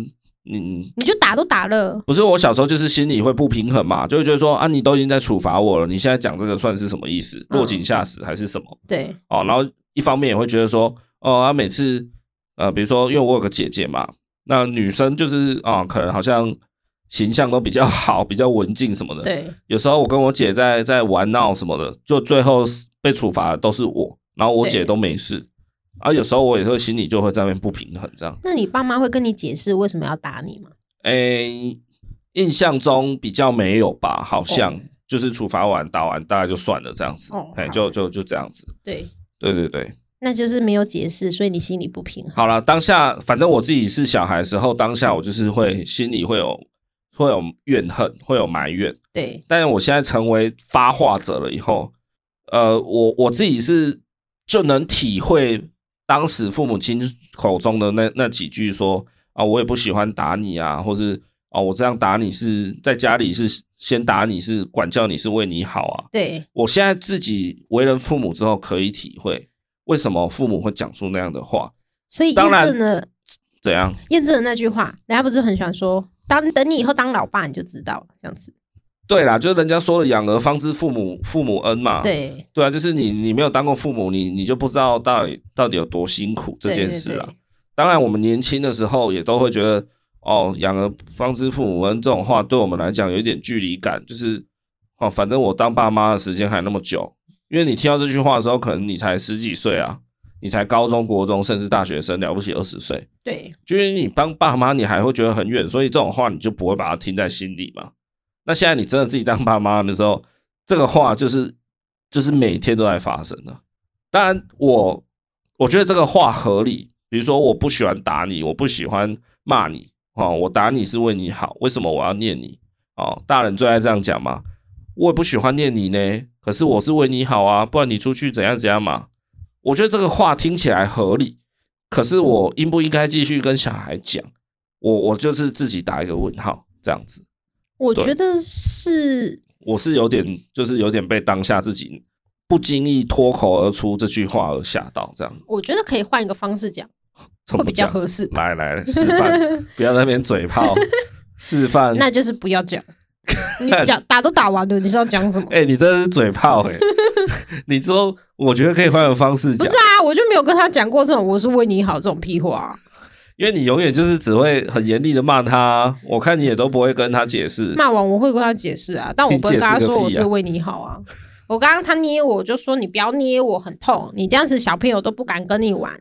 S1: 你。
S2: 你就打都打了，
S1: 不是我小时候就是心里会不平衡嘛，就会觉得说啊，你都已经在处罚我了，你现在讲这个算是什么意思？落井下石还是什么？
S2: 对
S1: 哦，然后一方面也会觉得说，哦，啊，每次呃，比如说，因为我有个姐姐嘛，那女生就是啊、可能好像形象都比较好，比较文静什么的。
S2: 对
S1: 有时候我跟我姐在在玩闹什么的，就最后是被处罚的都是我，然后我姐
S2: 对
S1: 都没事。啊，有时候我也会心里就会在那边不平衡，这样。
S2: 那你爸妈会跟你解释为什么要打你吗？
S1: 诶，印象中比较没有吧，好像、
S2: 哦
S1: 就是处罚完打完大概就算了这样子，
S2: 哦
S1: 哎、
S2: 好
S1: 就就就这样子。
S2: 对，
S1: 对对对。
S2: 那就是没有解释，所以你心里不平衡。
S1: 好了，当下反正我自己是小孩的时候，当下我就是会心里会有会有怨恨，会有埋怨。
S2: 对
S1: 但是我现在成为发话者了以后，呃，我我自己是就能体会当时父母亲口中的那那几句说啊，我也不喜欢打你啊，或是啊，我这样打你是在家里是先打你是管教你是为你好啊。
S2: 对
S1: 我现在自己为人父母之后，可以体会为什么父母会讲出那样的话，
S2: 所以验
S1: 当然
S2: 证了
S1: 怎样？
S2: 验证了那句话，人家不是很喜欢说，当等你以后当老爸你就知道了，这样子。
S1: 对啦，就是人家说的“养儿方知父母父母恩”嘛。
S2: 对
S1: 对啊，就是你你没有当过父母，你你就不知道到底到底有多辛苦这
S2: 对
S1: 件
S2: 对
S1: 事啊
S2: 对
S1: 啦。当然，我们年轻的时候也都会觉得，哦，“养儿方知父母恩”这种话对我们来讲有一点距离感，就是哦，反正我当爸妈的时间还那么久。因为你听到这句话的时候，可能你才十几岁啊，你才高中国中，甚至大学生，了不起二十岁。
S2: 对
S1: 就是你帮爸妈，你还会觉得很远，所以这种话你就不会把它听在心里嘛。那现在你真的自己当爸妈的时候，这个话就是就是每天都在发生的。当然我，我觉得这个话合理。比如说，我不喜欢打你，我不喜欢骂你哦，我打你是为你好，为什么我要念你？哦，大人最爱这样讲嘛。我也不喜欢念你呢，可是我是为你好啊，不然你出去怎样怎样嘛。我觉得这个话听起来合理，可
S2: 嗯
S1: 是我应不应该继续跟小孩讲？我我就是自己打一个问号，这样子，
S2: 我
S1: 对
S2: 觉得是
S1: 我是有点就是有点被当下自己不经意脱口而出这句话而吓到，这样
S2: 我觉得可以换一个方式讲，
S1: 怎
S2: 会
S1: 么
S2: 比较
S1: 讲
S2: 合适 吧。
S1: 来来示范，不要在那边嘴 炮示范。
S2: 那就是不要 讲，你讲打都打完了，你是要讲什么？
S1: 哎、你真的是嘴炮 哎、你之后我觉得可以换个方式
S2: 不
S1: 讲
S2: 是，啊，我就没有跟他讲过这种我是为你好这种屁话啊、
S1: 因为你永远就是只会很严厉的骂他，我看你也都不会跟他解释。
S2: 骂完我会跟他解释啊，但我不会跟他说我是为你好啊。 我刚刚他捏我，我就说你不要捏我，很痛。你这样子小朋友都不敢跟你玩。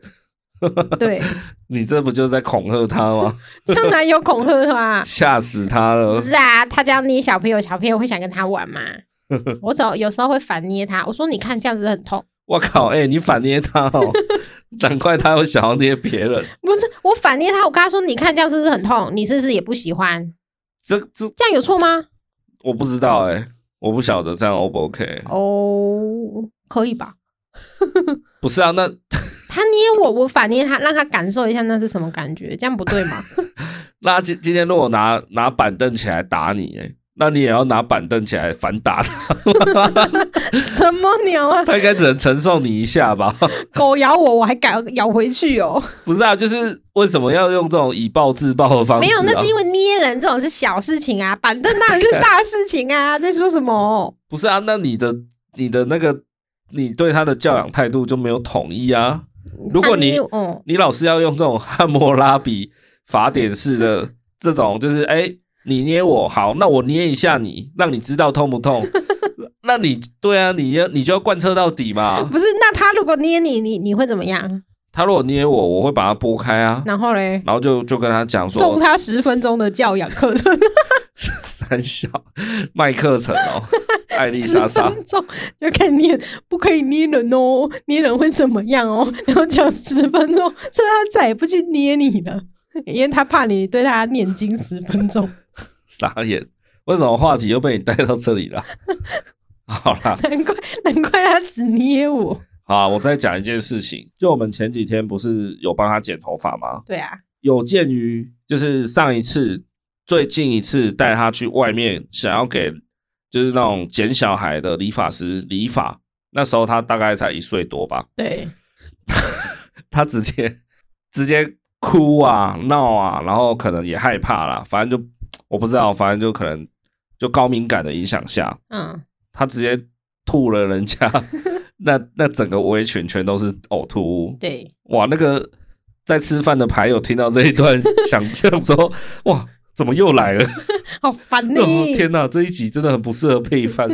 S2: 对，
S1: 你这不就是在恐吓他吗？
S2: 这样哪有恐吓他？
S1: 吓死他
S2: 不
S1: 了！
S2: 是啊，他这样捏小朋友，小朋友会想跟他玩 吗？我总有时候会反捏他，我说你看这样子很痛，
S1: 我靠，
S2: 嗯
S1: 哎、你反捏他 哦，难怪他会想要捏别人。
S2: 不是我反捏他，我跟他说你看这样是不是很痛？你是不是也不喜欢？
S1: 这这
S2: 这样有错吗？
S1: 我不知道哎、
S2: 嗯
S1: 我不晓得这样 O 不 OK？
S2: 哦，可以吧？
S1: 不是啊，那
S2: 他捏我，我反捏他，让他感受一下那是什么感觉，这样不对吗？
S1: 那今今天如果拿拿板凳起来打你、哎，那你也要拿板凳起来反打他，
S2: 什么鸟啊！
S1: 他应该只能承受你一下吧？
S2: 狗咬我，我还敢咬回去哦。
S1: 不是啊，就是为什么要用这种以暴制暴的方式、啊？
S2: 没有，那是因为捏人这种是小事情啊，板凳当然是大事情啊。 在说什么？
S1: 不是啊，那你的你的那个你对他的教养态度就没有统一啊。如果你
S2: 他捏我嗯，
S1: 你老是要用这种汉谟拉比法典式的这种，就是哎、你捏我好，那我捏一下你，让你知道痛不 痛。那你对啊，你要你就要贯彻到底嘛。
S2: 不是，那他如果捏你，你你会怎么样？
S1: 他如果捏我，我会把它拨开啊，
S2: 然后嘞，
S1: 然后就就跟他讲
S2: 送
S1: 说，
S2: 他十分钟的教养课程，
S1: 三小卖课程 哦，艾丽
S2: 十
S1: 莎莎，
S2: 分钟就可以捏，不可以捏人哦，捏人会怎么样哦？ 然后讲十分钟，所以他再也不去捏你了，因为他怕你对他念经十分钟，
S1: 傻眼，为什么话题又被你带到这里 了？好啦，
S2: 难怪难怪他只捏我。
S1: 啊，我再讲一件事情，就我们前几天不是有帮他剪头发吗？
S2: 对啊，
S1: 有鉴于就是上一次、最近一次带他去外面，想要给就是那种剪小孩的理发师理发，那时候他大概才一岁多吧，
S2: 对，
S1: 他直接直接哭啊、闹啊，然后可能也害怕啦，反正就我不知道，反正就可能就高敏感的影响下，
S2: 嗯，
S1: 他直接吐了人家， 那那整个围裙全都是呕吐物。
S2: 对，
S1: 哇，那个在吃饭的牌友听到这一段，想象说，哇，怎么又来了？
S2: 好烦欸 呢、
S1: 哦天哪，这一集真的很不适合配饭。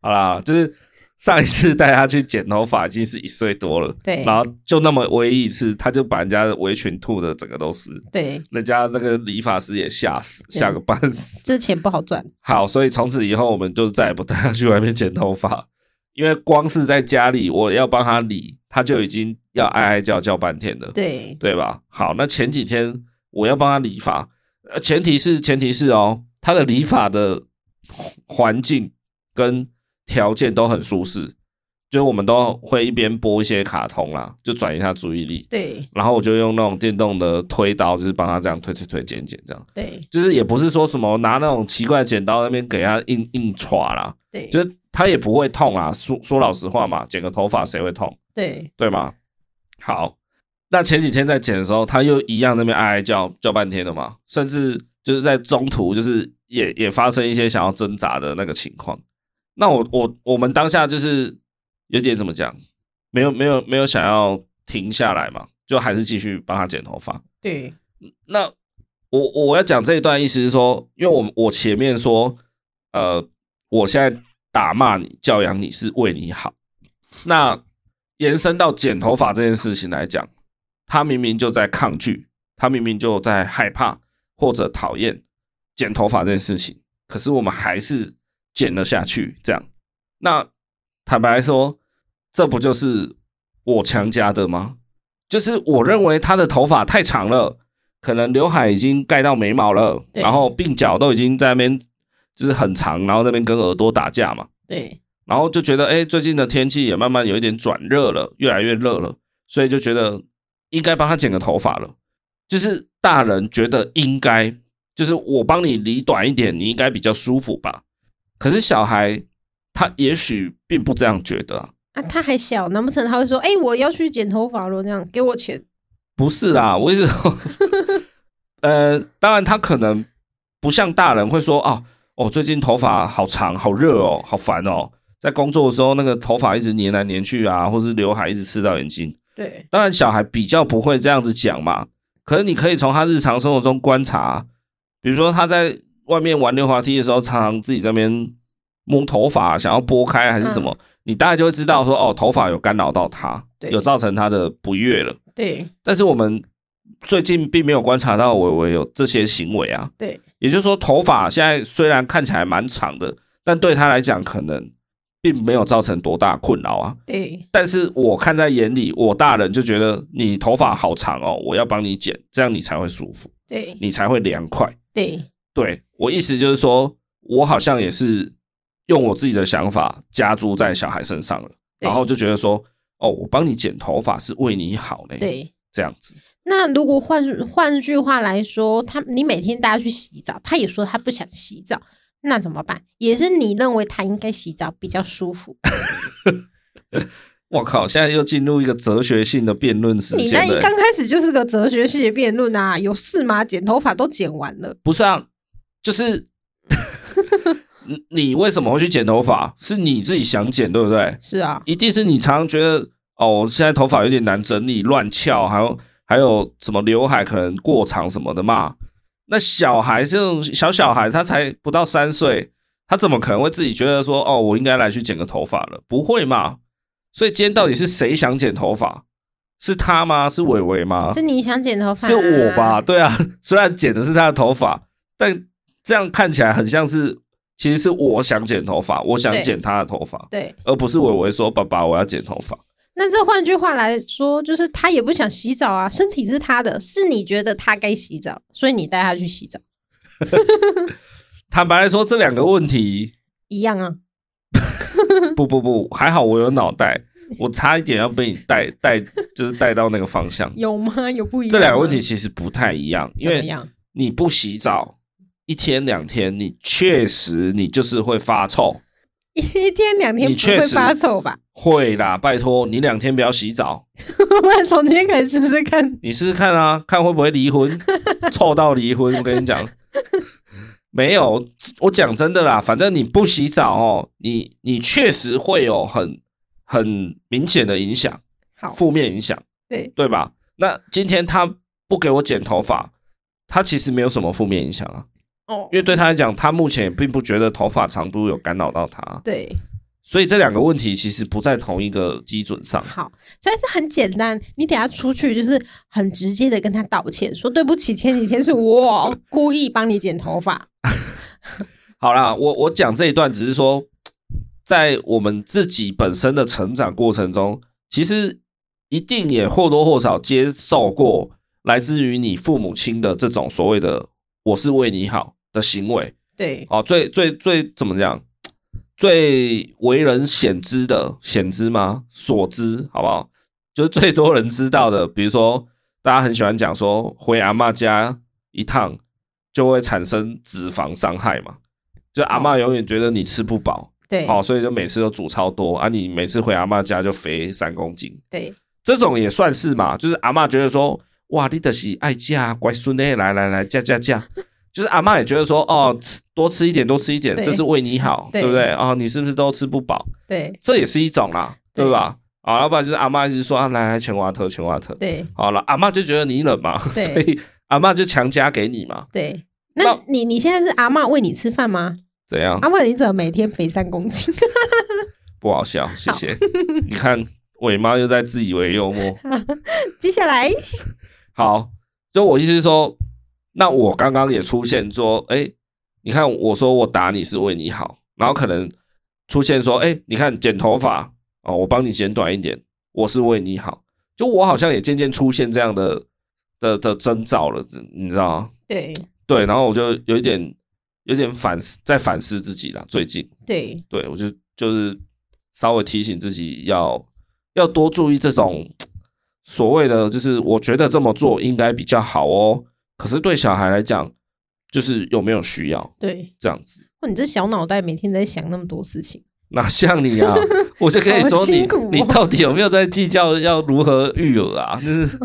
S1: 好啦，就是上一次带他去剪头发已经是一岁多了，
S2: 对
S1: 然后就那么唯一一次，他就把人家的围裙吐的整个都是，
S2: 对，
S1: 人家那个理发师也吓死，
S2: 对
S1: 吓个半死。
S2: 这钱不好赚。
S1: 好，所以从此以后我们就再也不带他去外面剪头发，因为光是在家里我要帮他理，他就已经要哀哀叫叫半天了。
S2: 对，
S1: 对吧？好，那前几天我要帮他理发，呃，前提是前提是哦，他的理发的环境跟条件都很舒适，就是我们都会一边播一些卡通啦，就转移他注意力，
S2: 对，
S1: 然后我就用那种电动的推刀，就是帮他这样推推推剪剪这样，
S2: 对，
S1: 就是也不是说什么拿那种奇怪的剪刀那边给他硬硬戳啦，
S2: 对，
S1: 就是他也不会痛啊，说说老实话嘛，剪个头发谁会痛？
S2: 对，
S1: 对吗？好，那前几天在剪的时候，他又一样那边哀哀叫叫半天的嘛，甚至就是在中途就是也也发生一些想要挣扎的那个情况。那我我我们当下就是有点怎么讲，没有没有没有想要停下来嘛，就还是继续帮他剪头发。
S2: 对，
S1: 那我我要讲这一段意思是说，因为我我前面说，呃，我现在打骂你、教养你是为你好。那延伸到剪头发这件事情来讲，他明明就在抗拒，他明明就在害怕或者讨厌剪头发这件事情，可是我们还是剪了下去。这样，那坦白说，这不就是我强加的吗？就是我认为他的头发太长了，可能刘海已经盖到眉毛了，
S2: 对
S1: 然后鬓角都已经在那边就是很长，然后那边跟耳朵打架嘛，
S2: 对，
S1: 然后就觉得哎、诶最近的天气也慢慢有一点转热了，越来越热了，所以就觉得应该帮他剪个头发了。就是大人觉得应该，就是我帮你理短一点，你应该比较舒服吧。可是小孩他也许并不这样觉得、啊，
S2: 啊，他还小，难不成他会说：“哎、我要去剪头发了，这样给我钱
S1: 不是啦，我一直说， 呃，当然他可能不像大人会说哦，哦，最近头发好长，好热哦，好烦哦，在工作的时候那个头发一直粘来粘去啊，或是刘海一直刺到眼睛。？”
S2: 对，
S1: 当然，小孩比较不会这样子讲嘛。可是你可以从他日常生活中观察，啊比如说他在外面玩溜滑梯的时候，常常自己在那边摸头发，想要拨开还是什么，你大概就会知道说，哦，头发有干扰到他，
S2: 对
S1: 有造成他的不悦了。
S2: 对
S1: 但是我们最近并没有观察到伟伟有这些行为啊。
S2: 对
S1: 也就是说，头发现在虽然看起来蛮长的，但对他来讲可能并没有造成多大困扰啊。
S2: 对
S1: 但是我看在眼里，我大人就觉得你头发好长哦，我要帮你剪，这样你才会舒服，
S2: 对
S1: 你才会凉快。
S2: 对
S1: 对我意思就是说，我好像也是用我自己的想法加诸在小孩身上了，
S2: 对
S1: 然后就觉得说，哦，我帮你剪头发是为你好呢，，
S2: 对。
S1: 这样子，
S2: 那如果换换句话来说，他你每天带他去洗澡，他也说他不想洗澡，那怎么办？也是你认为他应该洗澡比较舒服，
S1: 我靠，现在又进入一个哲学性的辩论时
S2: 你那
S1: 间
S2: 一
S1: 了，
S2: 刚开始就是个哲学系的辩论啊，有事吗？剪头发都剪完了，
S1: 不是啊，就是 你你为什么会去剪头发？是你自己想剪，对不对？
S2: 是啊，
S1: 一定是你常常觉得哦，我现在头发有点难整理、乱翘，还有还有什么刘海可能过长什么的嘛。那小孩这种小小孩，他才不到三岁，他怎么可能会自己觉得说哦，我应该来去剪个头发了？不会嘛？所以今天到底是谁想剪头发？是他吗？是伟伟吗？
S2: 是你想剪头发、
S1: 啊
S2: 啊
S1: 是我吧？？对啊，虽然剪的是他的头发，但这样看起来很像是，其实是我想剪头发，我想
S2: 对
S1: 剪他的头发。
S2: 对，
S1: 而不是伟
S2: 嗯
S1: 伟说：“爸爸，我要剪头发。
S2: 那这换句话来说，就是他也不想洗澡啊，身体是他的，是你觉得他该洗澡，所以你带他去洗澡，”
S1: 坦白来说，这两个问 题，
S2: 一样啊。
S1: 不不不，还好我有脑袋，我差一点要被你 带带，就是带到那个方向。
S2: 有吗？有不一样？啊
S1: 这两个问题，其实不太一样，因
S2: 怎么
S1: 为
S2: 样？
S1: 你不洗澡一天两天，你确实你就是会发臭，
S2: 一天两天
S1: 你
S2: 不
S1: 确
S2: 会
S1: 实
S2: 发臭吧？
S1: 会啦，拜托你两天不要洗澡，
S2: 我们从今天开始试试看。
S1: 你试试看啊，看会不会离 婚，臭到离婚。我跟你讲，没有，我讲真的啦，反正你不洗澡哦，你你确实会有很很明显的影响，
S2: 好，
S1: 负面影响，
S2: 对
S1: 对吧？那今天他不给我剪头发，他其实没有什么负面影响啊，
S2: 哦
S1: 因，为对他来讲，他目前也并不觉得头发长度有干扰到他，
S2: 对，
S1: 所以这两个问题其实不在同一个基准上。
S2: 好，所以是很简单。你等下出去就是很直接的跟他道歉，说对不起，前几天是我故意帮你剪头发。
S1: 好啦，我我讲这一段只是说，在我们自己本身的成长过程中，其实一定也或多或少接受过来自于你父母亲的这种所谓的“我是为你好”的行为
S2: 对
S1: 哦。最最最怎么讲？最为人显知的显知吗？所知好不好？就是最多人知道的，比如说大家很喜欢讲说回阿嬷家一趟就会产生脂肪伤害嘛，就阿嬷永远觉得你吃不饱，
S2: 对
S1: 哦，所以就每次都煮超多啊，你每次回阿嬷家就肥三公斤，
S2: 对
S1: 这种也算是嘛，就是阿嬷觉得说哇，你的是爱嫁乖孙呢，来来来嫁嫁嫁。就是阿嬷也觉得说，哦，吃多吃一点，多吃一点，
S2: 对
S1: 这是为你好，
S2: 对
S1: 对不对？哦，你是不是都吃不饱？
S2: 对
S1: 这也是一种啦，
S2: 对
S1: 对吧？啊，要不然就是阿妈一直说啊，来来，全瓦特，全瓦特。
S2: 对
S1: 好了，阿妈就觉得你冷嘛，
S2: 对
S1: 所以阿妈就强加给你嘛，
S2: 对。那
S1: 那
S2: 你你现在是阿嬷喂你吃饭吗？
S1: 怎样？
S2: 阿嬷你怎么每天肥三公斤？
S1: 不好笑，谢谢。你看伟妈又在自以为幽默。
S2: 接下来，
S1: 好，就我意思是说，那我刚刚也出现说，哎、你看我说我打你是为你好，然后可能出现说，哎、你看剪头发哦，我帮你剪短一点，我是为你好。就我好像也渐渐出现这样的的的征兆了，你知道吗？
S2: 对
S1: 对，然后我就有一点有点反思，在反思自己啦。最近，
S2: 对
S1: 对我就就是稍微提醒自己要要多注意这种所谓的，就是我觉得这么做应该比较好哦。可是对小孩来讲，就是有没有需要
S2: 对，
S1: 这样子？
S2: 哇，你这小脑袋每天在想那么多事情，
S1: 哪像你 啊！我就跟你
S2: 好
S1: 说你，
S2: 辛苦哦
S1: 你到底有没有在计较要如何育儿啊？就是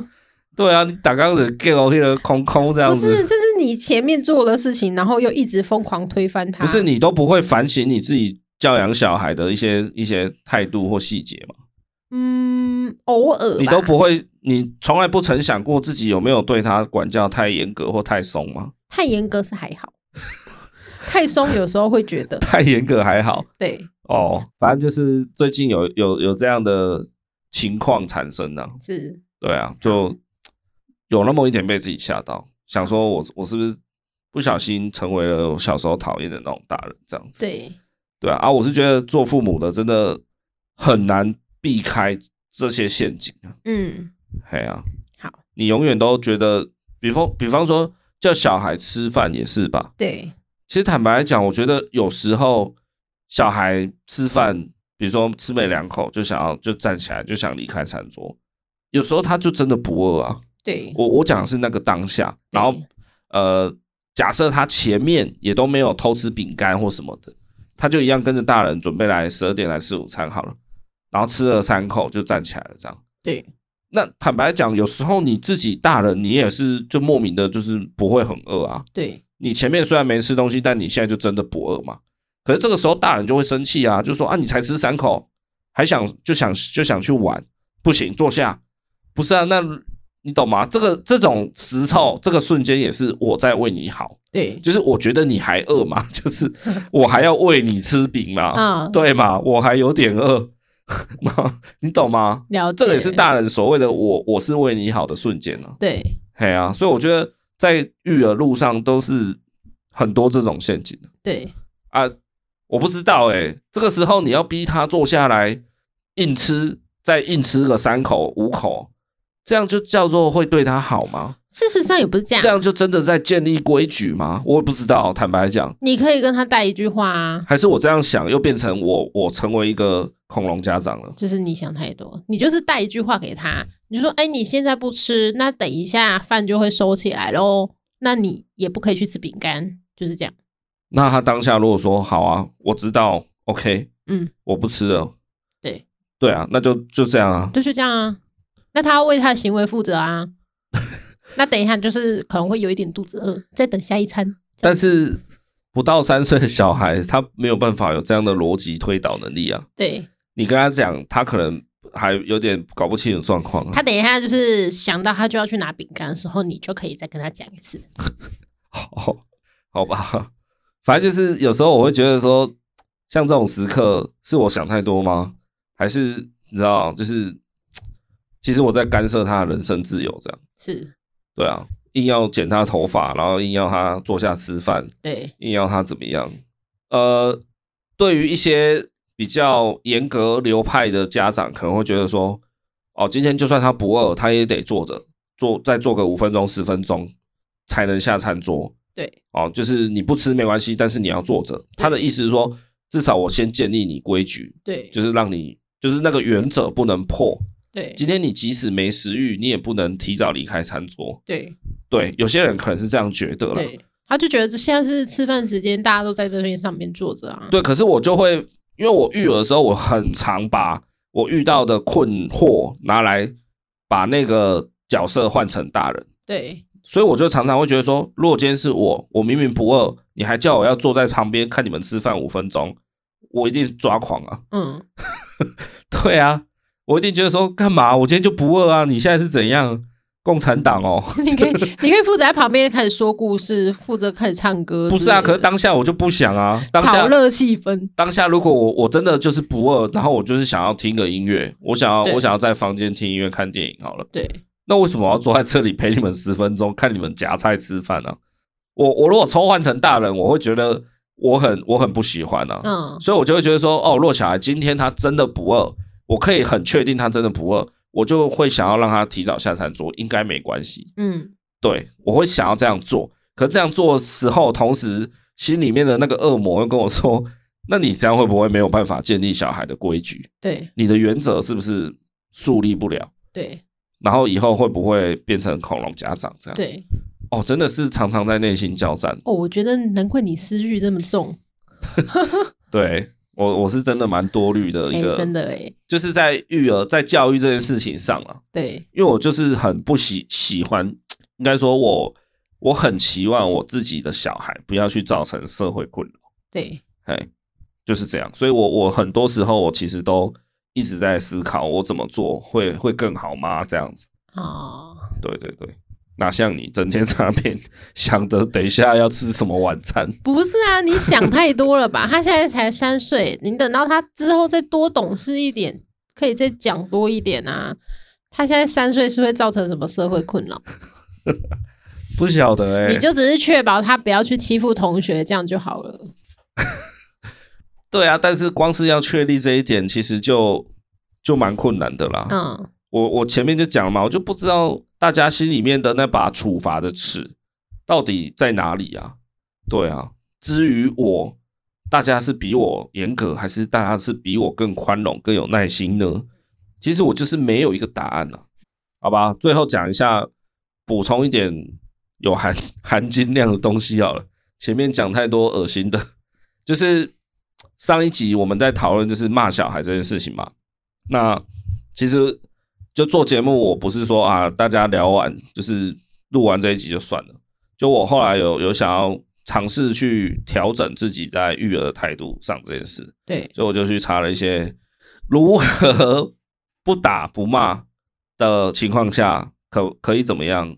S1: 对啊，你打刚的 get 那个空空这样
S2: 不
S1: 子，
S2: 是，这是你前面做的事情，然后又一直疯狂推翻它。
S1: 不是你都不会反省你自己教养小孩的一些一些态度或细节吗？
S2: 嗯，偶尔
S1: 你
S2: 吧
S1: 都不会，你从来不曾想过自己有没有对他管教太严格或太松吗？
S2: 太严格是还好，太松有时候会觉得
S1: 太严格还好，
S2: 对
S1: 哦，反正就是最近有有有这样的情况产生呢、
S2: 是
S1: 对啊，就有那么一点被自己吓到，想说我我是不是不小心成为了我小时候讨厌的那种大人这样子？
S2: 对，
S1: 对啊，啊，我是觉得做父母的真的很难避开这些陷阱啊。
S2: 嗯，
S1: 嘿啊，
S2: 好，
S1: 你永远都觉得，比方比方说叫小孩吃饭也是吧。
S2: 对，
S1: 其实坦白来讲，我觉得有时候小孩吃饭，比如说吃没两口就想要就站起来就想离开餐桌，有时候他就真的不饿啊。
S2: 对，
S1: 我我讲的是那个当下，
S2: 对
S1: 然后呃，假设他前面也都没有偷吃饼干或什么的，他就一样跟着大人准备来十二点来吃午餐好了，然后吃了三口就站起来了这样。
S2: 对，
S1: 那坦白讲，有时候你自己大人，你也是就莫名的，就是不会很饿啊。
S2: 对，
S1: 你前面虽然没吃东西，但你现在就真的不饿嘛？可是这个时候大人就会生气啊，就说啊，你才吃三口，还想就想就想去玩，不行，坐下。不是啊，那你懂吗？这个这种时候，这个瞬间也是我在为你好，
S2: 对，
S1: 就是我觉得你还饿嘛， 就是我还要喂你吃饼嘛，
S2: 嗯，
S1: 对嘛，我还有点饿， 你懂吗？
S2: 了解，
S1: 这个也是大人所谓的我我是为你好的瞬间啊。
S2: 对，
S1: 嘿啊，所以我觉得在育儿路上都是很多这种陷阱的
S2: 对，
S1: 啊。我不知道哎、这个时候你要逼他坐下来硬吃，再硬吃个三口五口，这样就叫做会对他好吗？
S2: 事实上也不是这样，
S1: 这样就真的在建立规矩吗？我也不知道，坦白讲，
S2: 你可以跟他带一句话啊，
S1: 还是我这样想又变成我我成为一个恐龙家长了。
S2: 就是你想太多，你就是带一句话给他，你就说，哎、你现在不吃，那等一下饭就会收起来喽，那你也不可以去吃饼干，就是这样，
S1: 那他当下如果说好啊，我知道，OK，
S2: 嗯，
S1: 我不吃了，
S2: 对，
S1: 对啊，那就就这样啊，
S2: 对，就这样啊。那他要为他的行为负责啊。那等一下就是可能会有一点肚子饿，再等下一餐。
S1: 但是不到三岁的小孩，他没有办法有这样的逻辑推导能力啊。
S2: 对
S1: 你跟他讲，他可能还有点搞不清楚状况啊。
S2: 他等一下就是想到他就要去拿饼干的时候，你就可以再跟他讲一次。
S1: 好，好吧，反正就是有时候我会觉得说，像这种时刻，是我想太多吗？还是你知道，就是其实我在干涉他的人身自由，这样
S2: 是
S1: 对啊，硬要剪他头发，然后硬要他坐下吃饭，
S2: 对
S1: 硬要他怎么样。呃，对于一些比较严格流派的家长，可能会觉得说，哦，今天就算他不饿，他也得坐着坐，再坐个五分钟、十分钟才能下餐桌。
S2: 对
S1: 哦，就是你不吃没关系，但是你要坐着。他的意思是说，至少我先建立你规矩，
S2: 对
S1: 就是让你就是那个原则不能破。
S2: 对
S1: 今天你即使没食欲，你也不能提早离开餐桌。
S2: 对
S1: 对，有些人可能是这样觉得啦。
S2: 对，他就觉得这现在是吃饭时间，大家都在这边上面坐着啊。
S1: 对，可是我就会，因为我育儿的时候，我很常把我遇到的困惑拿来把那个角色换成大人，
S2: 对
S1: 所以我就常常会觉得说，如果今天是我，我明明不饿，你还叫我要坐在旁边看你们吃饭五分钟，我一定抓狂啊！
S2: 嗯，
S1: 对啊，我一定觉得说，干嘛？我今天就不饿啊！你现在是怎样？共产党哦？
S2: 你可以你可以负责在旁边开始说故事，负责开始唱歌之类的。
S1: 不是啊，可是当下我就不想啊，当下
S2: 炒热气氛。
S1: 当下如果我我真的就是不饿，然后我就是想要听个音乐，我想要
S2: 对
S1: 我想要在房间听音乐看电影好了，
S2: 对
S1: 那为什么我要坐在这里陪你们十分钟看你们夹菜吃饭呢、我我如果抽换成大人，我会觉得我很我很不喜欢啊，
S2: 嗯
S1: 所以我就会觉得说，哦，若小孩今天他真的不饿，我可以很确定他真的不饿，我就会想要让他提早下餐桌，应该没关系。
S2: 嗯
S1: 对，我会想要这样做。可这样做的时候，同时心里面的那个恶魔又跟我说：“那你这样会不会没有办法建立小孩的规矩？
S2: 对
S1: 你的原则是不是树立不了？
S2: 对
S1: 然后以后会不会变成恐龙家长这样？”，
S2: 对。
S1: 哦，真的是常常在内心交战。
S2: 哦，我觉得难怪你私欲这么重，
S1: 对我，我是真的蛮多虑的
S2: 哎、
S1: 一个，
S2: 真的哎、欸，
S1: 就是在育儿、在教育这件事情上啊，
S2: 对
S1: 因为我就是很不喜喜欢，应该说我我很期望我自己的小孩不要去造成社会困扰。
S2: 对
S1: 哎，就是这样。所以我我很多时候我其实都一直在思考我怎么做会会更好吗？这样子，
S2: 哦，
S1: 对对对，哪像你整天在那边想着等一下要吃什么晚餐，
S2: 不是啊，你想太多了吧？他现在才三岁，你等到他之后再多懂事一点，可以再讲多一点啊。他现在三岁是会造成什么社会困扰？
S1: 不晓得哎、
S2: 你就只是确保他不要去欺负同学，这样就好了。
S1: 对啊，但是光是要确立这一点，其实就就蛮困难的啦。
S2: 嗯，
S1: 我我前面就讲了嘛，我就不知道大家心里面的那把处罚的尺到底在哪里啊？对啊，至于我，大家是比我严格，还是大家是比我更宽容、更有耐心呢？其实我就是没有一个答案啊。好吧，最后讲一下，补充一点有含 含金量的东西好了。前面讲太多恶心的，就是上一集我们在讨论就是骂小孩这件事情嘛。那其实就做节目，我不是说啊，大家聊完就是录完这一集就算了。就我后来有有想要尝试去调整自己在育儿的态度上这件事，
S2: 对，
S1: 所以我就去查了一些如何不打不骂的情况下，可可以怎么样，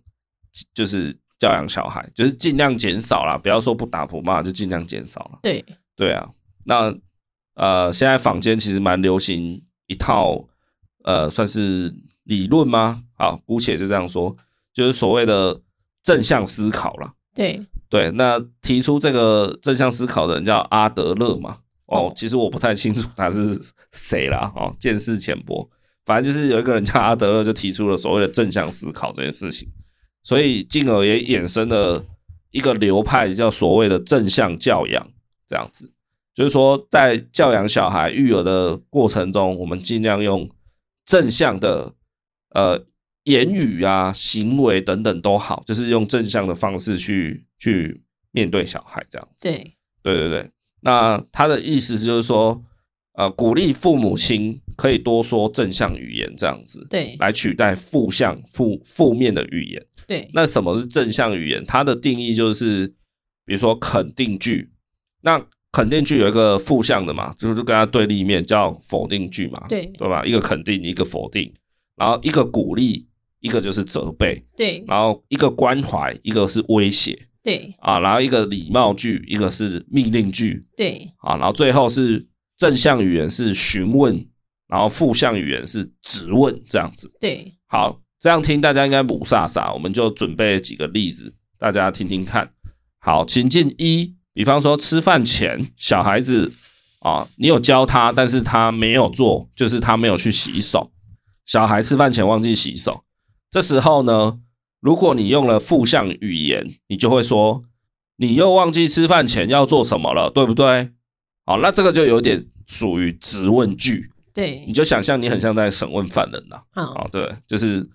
S1: 就是教养小孩，就是尽量减少啦，不要说不打不骂，就尽量减少啦。
S2: 对，
S1: 对啊，那呃，现在坊间其实蛮流行一套呃，算是理论吗？好，姑且就这样说，就是所谓的正向思考啦。
S2: 对，
S1: 对，那提出这个正向思考的人叫阿德勒嘛？哦
S2: 哦，
S1: 其实我不太清楚他是谁啦，哦，见识浅薄。反正就是有一个人叫阿德勒，就提出了所谓的正向思考这件事情，所以进而也衍生了一个流派，叫所谓的正向教养。这样子，就是说在教养小孩、育儿的过程中，我们尽量用正向的呃言语啊、行为等等都好，就是用正向的方式去去面对小孩这样。
S2: 对，
S1: 对对对，那他的意思就是说，呃，鼓励父母亲可以多说正向语言这样子，
S2: 对，
S1: 来取代负向负负面的语言。
S2: 对，
S1: 那什么是正向语言？它的定义就是，比如说肯定句，那肯定句有一个负向的嘛，就是跟它对立面叫否定句嘛，
S2: 对，
S1: 对吧？一个肯定，一个否定，然后一个鼓励，一个就是责备，
S2: 对，
S1: 然后一个关怀，一个是威胁
S2: 对，
S1: 啊，然后一个礼貌句，一个是命令句
S2: 对，
S1: 啊，然后最后是正向语言是询问，然后负向语言是质问这样子。
S2: 对，
S1: 好，这样听大家应该不飒飒，我们就准备几个例子，大家听听看。好，情境一，比方说吃饭前，小孩子啊，你有教他，但是他没有做，就是他没有去洗手。小孩吃饭前忘记洗手，这时候呢，如果你用了负向语言，你就会说你又忘记吃饭前要做什么了，对不对？好，那这个就有点属于质问句，你
S2: 对，
S1: 就想象你很像在审问犯人啦、
S2: 好，
S1: 哦，对，就是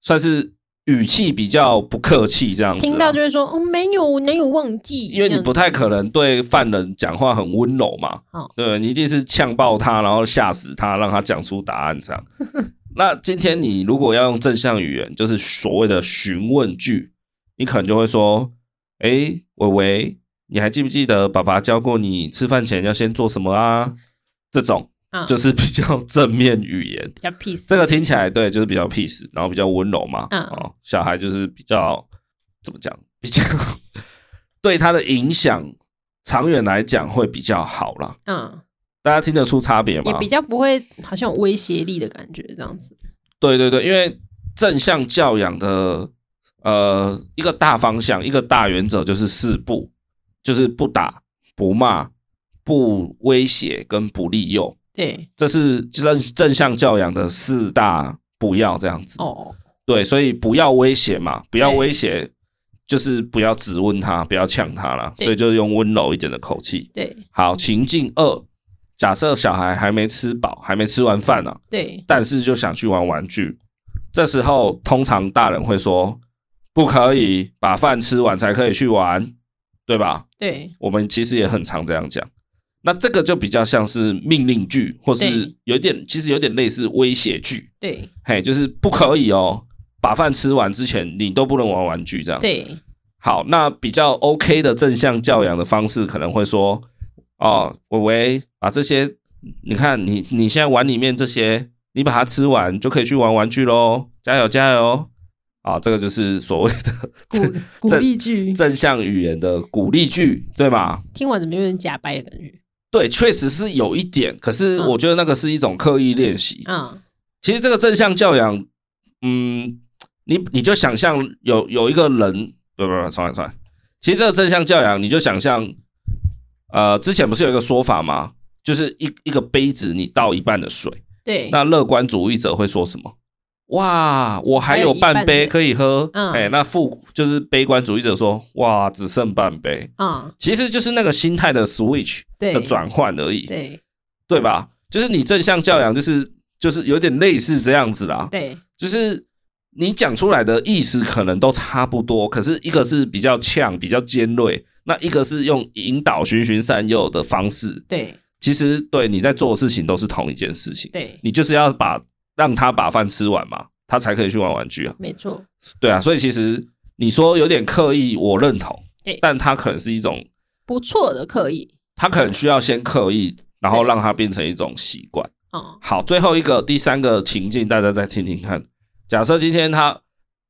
S1: 算是语气比较不客气这样子啊、
S2: 听到就会说，哦，没有，我哪有忘记？
S1: 因为你不太可能对犯人讲话很温柔嘛，
S2: 好
S1: 对你一定是呛爆他，然后吓死他，让他讲出答案这 样。那今天你如果要用正向语言，就是所谓的询问句，你可能就会说：“哎、伟伟，你还记不记得爸爸教过你吃饭前要先做什么啊？”这种
S2: 啊，
S1: 就是比较正面语言。
S2: 比较 peace，
S1: 这个听起来对，就是比较 peace，然后比较温柔嘛。
S2: 嗯
S1: 哦，小孩就是比较怎么讲，比较 对他的影响，长远来讲会比较好啦。
S2: 嗯，
S1: 大家听得出差别
S2: 也
S1: 吗
S2: 比？较不会好像有威胁力的感觉，这样子。
S1: 对对对，因为正向教养的呃一个大方向，一个大原则就是四不，就是不打、不骂、不威胁跟不利诱，
S2: 对，
S1: 这是正正向教养的四大不要这样子。
S2: 哦，
S1: 对，所以不要威胁嘛，不要威胁，就是不要质问他，不要呛他啦。
S2: 对嗯
S1: 所以就是用温柔一点的口气。
S2: 对，
S1: 好，情境二，假设小孩还没吃饱，还没吃完饭呢、
S2: 对，
S1: 但是就想去玩玩具，这时候通常大人会说，不可以把饭吃完才可以去玩，对吧？
S2: 对，
S1: 我们其实也很常这样讲。那这个就比较像是命令句，或是
S2: 对
S1: 有点，其实有点类似威胁句。
S2: 对，
S1: 嘿，就是不可以哦，把饭吃完之前你都不能玩玩具这样。，
S2: 对，
S1: 好，那比较 OK 的正向教养的方式可能会说，哦，伟伟，把这些，你看你你现在碗里面这些，你把它吃完就可以去玩玩具喽，加油加油。啊，这个就是所谓的 正
S2: 鼓鼓励句，
S1: 正向语言的鼓励句，对吗？
S2: 听完怎么有点假掰的感觉？
S1: 对，确实是有一点，可是
S2: 嗯
S1: 我觉得那个是一种刻意练习。
S2: 嗯
S1: 其实这个正向教养，嗯，你你就想象有有一个人，不不不，重来重来。其实这个正向教养，你就想象，呃，之前不是有一个说法吗？就是一一个杯子，你倒一半的水，
S2: 对，
S1: 那乐观主义者会说什么？哇，我还有半杯可以喝。
S2: 嗯
S1: 哎、那负就是悲观主义者说，哇，只剩半杯。
S2: 嗯
S1: 其实就是那个心态的 switch
S2: 对
S1: 的转换而已，
S2: 对
S1: 对吧？就是你正向教养，就是就是有点类似这样子啦。
S2: 对
S1: 就是你讲出来的意思可能都差不多，可是一个是比较呛、比较尖锐，那一个是用引导、循循善诱的方式。
S2: 对
S1: 其实对你在做的事情都是同一件事情。
S2: 对，
S1: 你就是要把让他把饭吃完嘛，他才可以去玩玩具啊。
S2: 没错，
S1: 对啊，所以其实你说有点刻意，我认同
S2: 对，
S1: 但他可能是一种，
S2: 不错的刻意
S1: 他可能需要先刻意，然后
S2: 对
S1: 让它变成一种习惯。
S2: 哦，
S1: 好，最后一个第三个情境，大家再听听看。假设今天他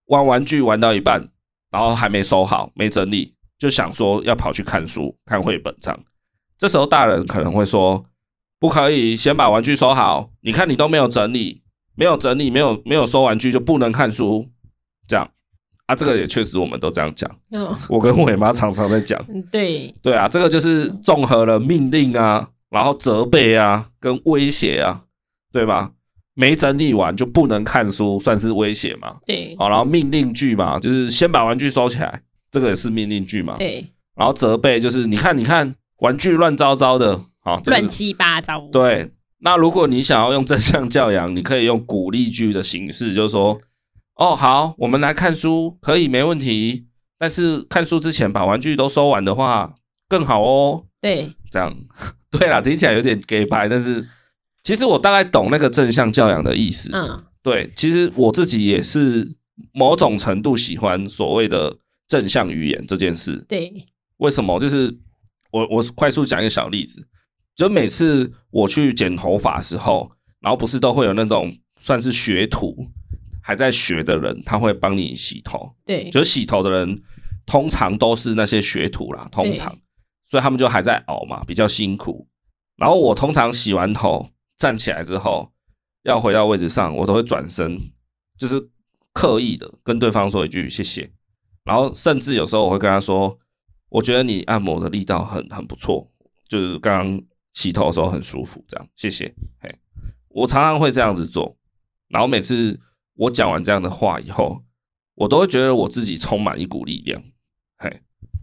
S1: 玩玩具玩到一半，然后还没收好，没整理，就想说要跑去看书、看绘本这样。这时候大人可能会说：“不可以，先把玩具收好。你看你都没有整理，没有整理，没有没有收玩具就不能看书。”这样啊，这个也确实我们都这样讲，
S2: 嗯
S1: 我跟伟妈常常在讲。
S2: 嗯对
S1: 对啊，这个就是综合了命令啊，然后责备啊，跟威胁啊，对吧？没整理完就不能看书，算是威胁嘛。
S2: 对
S1: 好，然后命令句嘛，就是先把玩具收起来，这个也是命令句嘛。
S2: 对，
S1: 然后责备就是你看，你看，玩具乱糟糟的，好，这个是
S2: 乱七八糟，
S1: 对，那如果你想要用正向教养，你可以用鼓励句的形式，就是说，哦，好，我们来看书，可以，没问题。但是看书之前把玩具都收完的话，更好哦。
S2: 对
S1: 这样，嗯 对啦，听起来有点 gay 白，但是其实我大概懂那个正向教养的意思。
S2: 嗯
S1: 对，其实我自己也是某种程度喜欢所谓的正向语言这件事。
S2: 对
S1: 为什么？就是我我快速讲一个小例子，就每次我去剪头发的时候，然后不是都会有那种算是学徒还在学的人，他会帮你洗头。
S2: 对
S1: 就是洗头的人通常都是那些学徒啦，通常
S2: 对，
S1: 所以他们就还在熬嘛，比较辛苦。然后我通常洗完头站起来之后，要回到位置上，我都会转身，就是刻意的跟对方说一句谢谢。然后甚至有时候我会跟他说，我觉得你按摩的力道很很不错，就是刚刚洗头的时候很舒服，这样谢谢。嘿，我常常会这样子做，然后每次我讲完这样的话以后，我都会觉得我自己充满一股力量。嘿，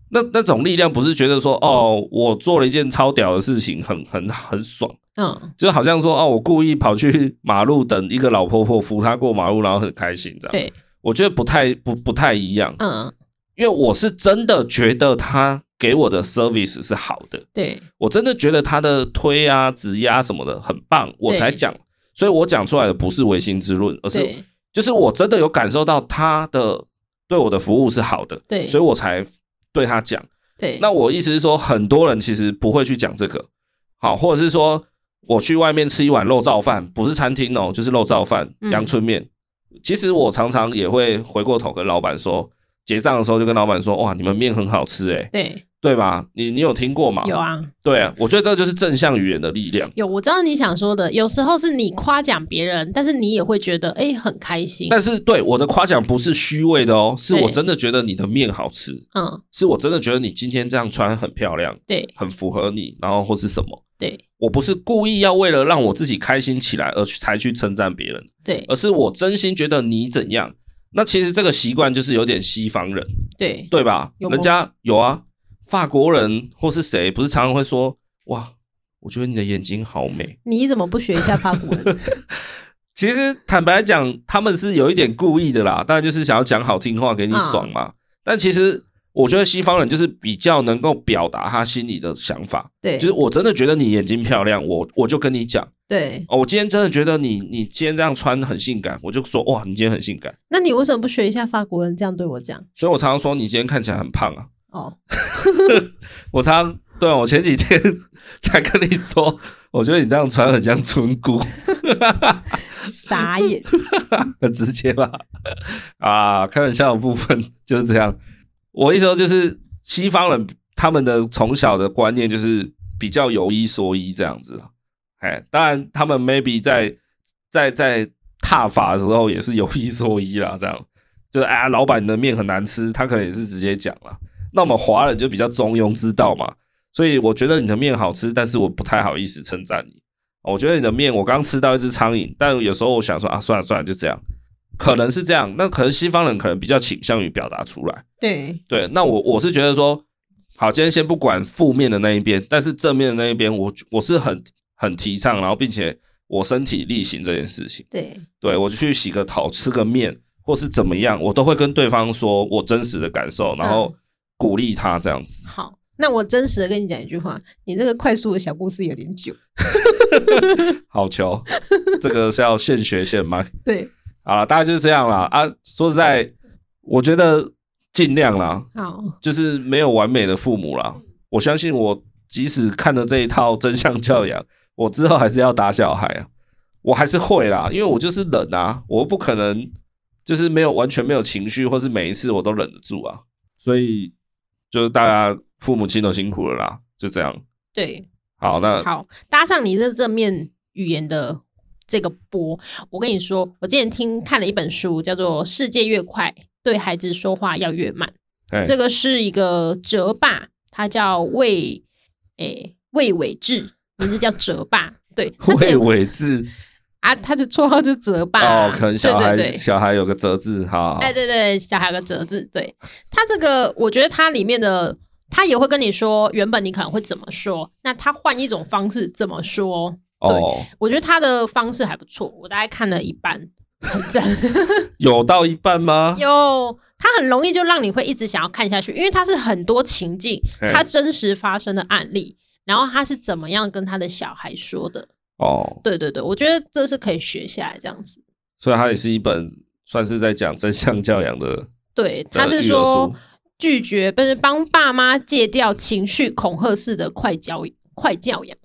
S1: 那那种力量不是觉得说哦，我做了一件超屌的事情，很很很爽，
S2: 嗯
S1: 就好像说哦，我故意跑去马路等一个老婆婆扶她过马路，然后很开心这样。
S2: 对
S1: 我觉得不太不不太一样，
S2: 嗯
S1: 因为我是真的觉得她给我的 service 是好的，
S2: 对
S1: 我真的觉得他的推啊、指压什么的很棒，我才讲。所以我讲出来的不是唯心之论，而是
S2: 对
S1: 就是我真的有感受到他的对我的服务是好的，
S2: 对
S1: 所以我才对他讲。
S2: 对，
S1: 那我意思是说，很多人其实不会去讲这个，好，或者是说我去外面吃一碗肉燥饭，不是餐厅哦，就是肉燥饭、
S2: 嗯
S1: 阳春面。其实我常常也会回过头跟老板说，结账的时候就跟老板说，哇，你们面很好吃诶、欸
S2: 对
S1: 对吧？你你有听过吗？
S2: 有嗯啊。
S1: 对啊，我觉得这就是正向语言的力量。
S2: 有，我知道你想说的。有时候是你夸奖别人，但是你也会觉得哎、很开心。
S1: 但是对我的夸奖不是虚伪的哦，是
S2: 对
S1: 我真的觉得你的面好吃，
S2: 嗯，
S1: 是我真的觉得你今天这样穿很漂亮，
S2: 对
S1: 很符合你，然后或是什么。
S2: 对
S1: 我不是故意要为了让我自己开心起来而去才去称赞别人，
S2: 对
S1: 而是我真心觉得你怎样。那其实这个习惯就是有点西方人，
S2: 对
S1: 对吧？
S2: 有吗
S1: 人家有啊，法国人或是谁，不是常常会说哇，我觉得你的眼睛好美。
S2: 你怎么不学一下法国人？
S1: 其实坦白讲，他们是有一点故意的啦，当然就是想要讲好听话
S2: 嗯
S1: 给你爽嘛。但其实我觉得西方人就是比较能够表达他心里的想法，
S2: 对，
S1: 就是我真的觉得你眼睛漂亮，我我就跟你讲
S2: 对。
S1: 哦，我今天真的觉得你你今天这样穿很性感，我就说哇，你今天很性感。
S2: 那你为什么不学一下法国人这样对我讲？
S1: 所以我常常说你今天看起来很胖啊，
S2: 哦，
S1: 我常常对啊我前几 天才跟你说，我觉得你这样穿很像村姑。
S2: 傻眼。
S1: 很直接吧？啊，开玩笑的部分就是这样。我意思说，就是西方人他们的从小的观念就是比较有一说一这样子了。哎，当然他们 maybe 在在在踏法的时候也是有一说一啦，这样就是哎呀，老板的面很难吃，他可能也是直接讲了。那我们华人就比较中庸之道嘛，所以我觉得你的面好吃，但是我不太好意思称赞你。我觉得你的面，我刚吃到一只苍蝇，但有时候我想说啊，算了算了，就这样，可能是这样。那可能西方人可能比较倾向于表达出来，
S2: 对，
S1: 对。那我我是觉得说，好，今天先不管负面的那一边，但是正面的那一边，我我是很很提倡，然后并且我身体力行这件事情。
S2: 对，
S1: 对我去洗个头、吃个面，或是怎么样，我都会跟对方说我真实的感受，然后鼓励他这样子。
S2: 好。那我真实的跟你讲一句话，你这个快速的小故事有点久。
S1: 好球，这个是要现学现卖。
S2: 对，
S1: 好了，大概就是这样啦。啊，说实在，我觉得尽量啦，
S2: 好，
S1: 就是没有完美的父母啦。
S2: 嗯
S1: 我相信我，即使看了这一套真相教养， 我之后还是要打小孩啊，我还是会啦，因为我就是忍啊，我不可能就是没有完全没有情绪，或是每一次我都忍得住啊。所以就是大家父母亲都辛苦了啦，就这样。
S2: 对，
S1: 好，那
S2: 好，搭上你这正面语言的这个波，我跟你说，我之前听看了一本书，叫做《世界越快，对孩子说话要越慢》。
S1: 哎
S2: 这个是一个哲爸，他叫魏，诶、魏伟志，名字叫哲爸。对，他是
S1: 魏
S2: 有
S1: 伟志
S2: 啊，他的绰号就是哲爸、
S1: 哦
S2: 啊。，
S1: 可能小孩
S2: 对对对
S1: 小孩有个折字哈，
S2: 哎，对对，小孩有个折字，对他这个，我觉得他里面的他也会跟你说，原本你可能会怎么说，那他换一种方式怎么说？
S1: 哦，
S2: 我觉得他的方式还不错，我大概看了一 半，很赞。
S1: 有到一半吗？
S2: 有，他很容易就让你会一直想要看下去，因为他是很多情境，
S1: 嘿
S2: 他真实发生的案例，然后他是怎么样跟他的小孩说的。
S1: 哦，
S2: 对对对，我觉得这是可以学下来这样子。
S1: 所以它也是一本算是在讲真相教养的。
S2: 对，他是
S1: 呃育儿
S2: 说
S1: 书
S2: 拒绝，不是帮爸妈戒掉情绪恐吓式的快教快教养。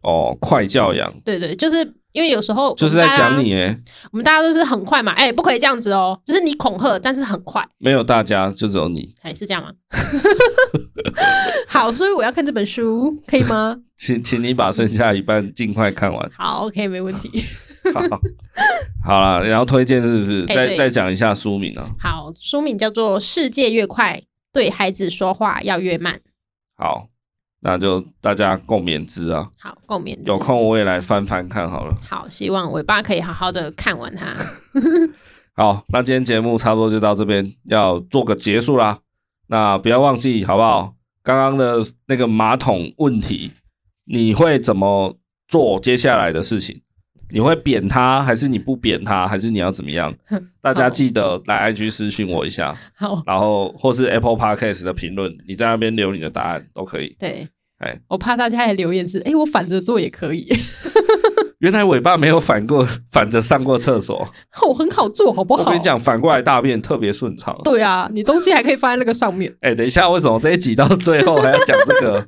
S1: 哦，快教养
S2: 对对，就是因为有时候
S1: 就是
S2: 我
S1: 在
S2: 们大家
S1: 讲你，诶，
S2: 我们大家都是很快嘛，哎、不可以这样子哦，就是你恐吓，但是很快。
S1: 没有大家，就只有你。
S2: 哎，是这样吗？ 好，所以我要看这本书，可以 吗？
S1: 请请你把剩下一半尽快看完。
S2: 好，OK，没问题。
S1: 好， 好了，然后推荐是不是？
S2: 哎
S1: 再
S2: 对
S1: 再讲一下书名啊。
S2: 好，书名叫做《世界越快，对孩子说话要越慢》。
S1: 好，那就大家共勉之啊。
S2: 好，共勉之
S1: 有。空我也来翻翻看好了。
S2: 好，希望尾巴可以好好的看完 它。
S1: 好，那今天节目差不多就到这边，要做个结束啦。那不要忘记，好不好？刚刚的那个马桶问题，你会怎么做接下来的事情？你会扁他，还是你不扁他，还是你要怎么样？大家记得来 IG 私讯我一下，
S2: 好，
S1: 然后或是 Apple Podcast 的评论，你在那边留你的答案都可以。
S2: 对，
S1: 哎
S2: 我怕大家的留言是，哎、我反着做也可以，
S1: 原来尾巴没有反过反着上过厕所，
S2: 我很好做，好不好？
S1: 我跟你，讲，反过来大便特别顺畅。
S2: 对啊，你东西还可以放在那个上面。
S1: 哎、等一下，为什么这一集到最后还要讲这个？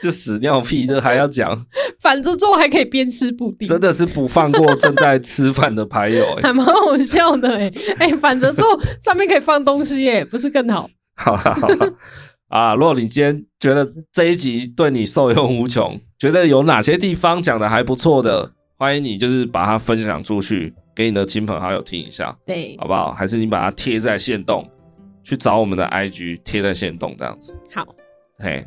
S1: 就屎尿屁，这还要讲，
S2: 反着做还可以边吃布丁，
S1: 真的是不放过正在吃饭的牌友、哎
S2: 还蛮好笑的哎、 哎、反着做上面可以放东西耶、不是更好？
S1: 好啦好啦，啊，如果你今天觉得这一集对你受用无穷，觉得有哪些地方讲的还不错的，欢迎你就是把它分享出去，给你的亲朋好友听一下，
S2: 对，
S1: 好不好？还是你把它贴在线动，去找我们的 IG 贴在线动这样子。
S2: 好，
S1: 嘿，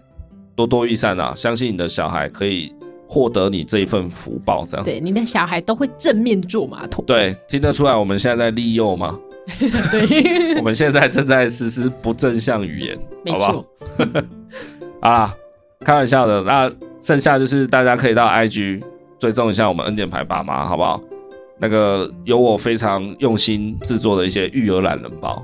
S1: 多多益善啊！相信你的小孩可以获得你这一份福报，这样
S2: 对，你的小孩都会正面坐马桶。
S1: 对，听得出来我们现在在利诱吗？
S2: 对
S1: 我，们现在正在实施不正向语言，
S2: 没
S1: 好不好
S2: 错，？
S1: 啊，开玩笑的。那剩下就是大家可以到 IG 追踪一下我们恩典牌爸妈，好不好？那个有我非常用心制作的一些育儿懒人包，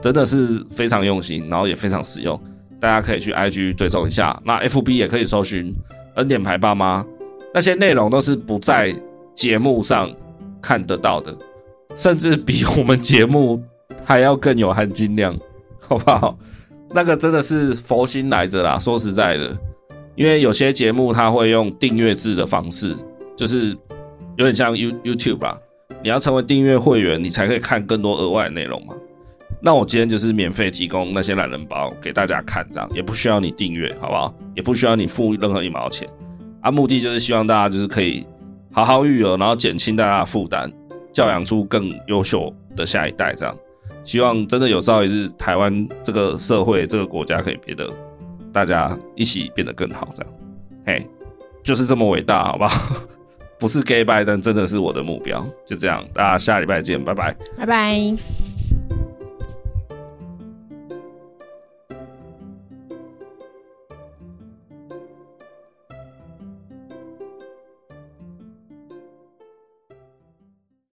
S1: 真的是非常用心，然后也非常实用，大家可以去 IG 追踪一下。那 FB 也可以搜寻恩典牌爸妈，那些内容都是不在节目上看得到的，甚至比我们节目还要更有含金量，好不好？那个真的是佛心来着啦，说实在的，因为有些节目它会用订阅制的方式，就是有点像 You YouTube 吧，啊你要成为订阅会员，你才可以看更多额外的内容嘛。那我今天就是免费提供那些懒人包给大家看，这样也不需要你订阅，好不好？也不需要你付任何一毛钱啊。目的就是希望大家就是可以好好育儿，然后减轻大家的负担，教养出更优秀的下一代，这样。希望真的有朝一日，台湾这个社会、这个国家可以变得大家一起变得更好，这样。嘿，就是这么伟大，好不好？ 不是 gay 拜，但真的是我的目标。就这样，大家下礼拜见，拜拜。
S2: 拜拜。